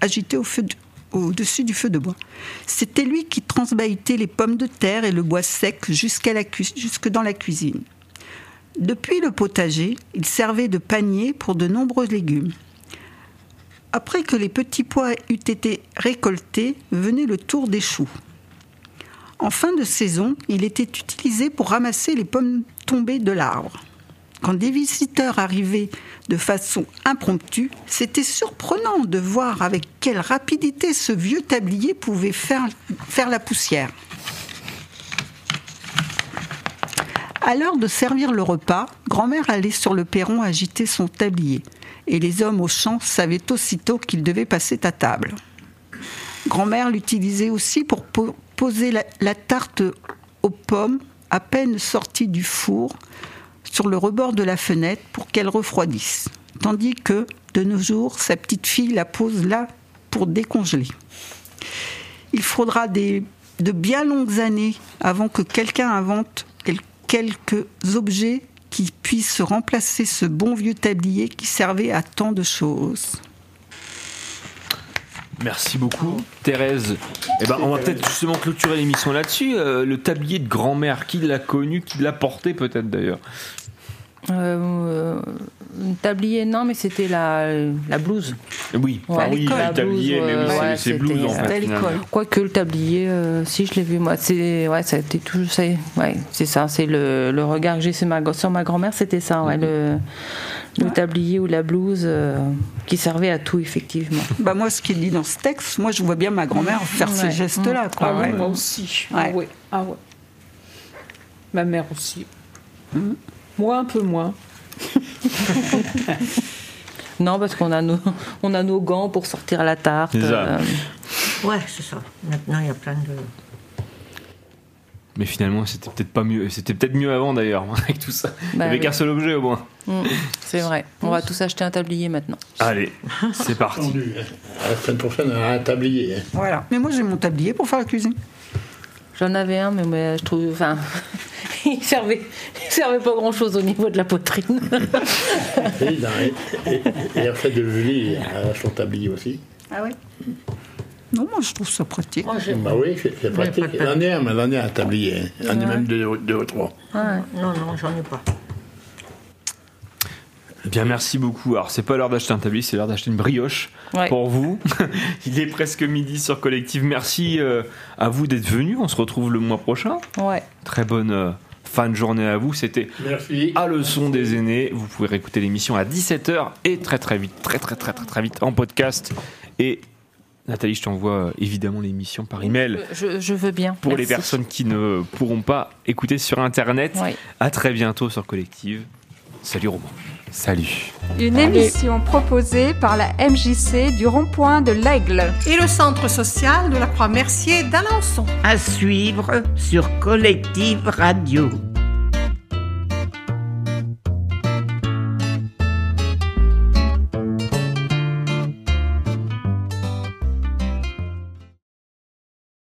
agité au feu de- au-dessus du feu de bois. C'était lui qui transbahutait les pommes de terre et le bois sec jusqu'à la cu- jusque dans la cuisine. Depuis le potager, il servait de panier pour de nombreux légumes. Après que les petits pois eût été récoltés, venait le tour des choux. En fin de saison, il était utilisé pour ramasser les pommes tombées de l'arbre. Quand des visiteurs arrivaient de façon impromptue, c'était surprenant de voir avec quelle rapidité ce vieux tablier pouvait faire, faire la poussière. À l'heure de servir le repas, grand-mère allait sur le perron agiter son tablier, et les hommes au champ savaient aussitôt qu'ils devaient passer à table. Grand-mère l'utilisait aussi pour po- poser la, la tarte aux pommes à peine sortie du four sur le rebord de la fenêtre pour qu'elle refroidisse. Tandis que, de nos jours, sa petite fille la pose là pour décongeler. Il faudra des- de bien longues années avant que quelqu'un invente quel- quelques objets qui puissent remplacer ce bon vieux tablier qui servait à tant de choses. Merci beaucoup, Thérèse. Eh ben, on va peut-être justement clôturer l'émission là-dessus. Euh, le tablier de grand-mère, qui l'a connu, qui l'a porté peut-être d'ailleurs. Euh, une tablier, non, mais c'était la, la blouse. Oui, Ouais. ah oui, La le tablier, blouse, mais oui, euh, c'est- ouais, c'est blues en c'était- fait. finalement. Quoique le tablier, euh, si je l'ai vu moi, c'est ouais, ça a été tout, c'est ouais, c'est ça, c'est le, le regard que j'ai sur ma, gr- sur ma grand-mère, c'était ça, ouais, le, le tablier ou la blouse euh, qui servait à tout effectivement. Bah moi, ce qu'il dit dans ce texte, moi, je vois bien ma grand-mère faire ces Ouais. gestes-là. quoi, Ah oui, ouais. moi aussi. Ah ouais. Ah ouais. Ma mère aussi. Hmm? Moi, un peu moins. Non, parce qu'on a nos (laughs) on a nos gants pour sortir la tarte. euh, C'est ça. Ouais, c'est ça. Maintenant, il y a plein de. Mais finalement, c'était peut-être pas mieux. C'était peut-être mieux avant d'ailleurs, (laughs) avec tout ça. Il n'y Bah avait oui. qu'un seul objet au moins. (laughs) Mm, c'est vrai. On va tous acheter un tablier maintenant. Allez, (laughs) c'est parti. À la semaine prochaine, on a un tablier. hein. Voilà. Mais moi, j'ai mon tablier pour faire la cuisine. J'en avais un, mais, mais je trouve, enfin, (laughs) il servait, il servait pas grand chose au niveau de (laughs) la poitrine. Et, il a- et, et, et en fait, de Julie, elle a son tablier aussi. Ah oui Non, moi, je trouve ça pratique. Bah oui, c'est c'est pratique. J'en ai un, mais j'en ai un tablier. hein. J'en ai Ouais. même deux, deux ou trois. Non, non, j'en ai pas. Eh Bien, merci beaucoup. Alors, c'est pas l'heure d'acheter un tablier, c'est l'heure d'acheter une brioche Ouais. pour vous. (laughs) Il est presque midi sur Collective. Merci euh, à vous d'être venus. On se retrouve le mois prochain. Ouais. Très bonne euh, fin de journée à vous. C'était à leçon des aînés. Vous pouvez réécouter l'émission à 17h et très très vite, très très très très très vite en podcast. Et Nathalie, je t'envoie euh, évidemment l'émission par email. Je, je veux bien. Pour les Merci. personnes qui ne pourront pas écouter sur internet, Ouais. à très bientôt sur Collective. Salut Romain. Salut. Une émission proposée par la MJC du rond-point de l'Aigle. Et le Centre social de la Croix-Mercier d'Alençon. À suivre sur Collective Radio.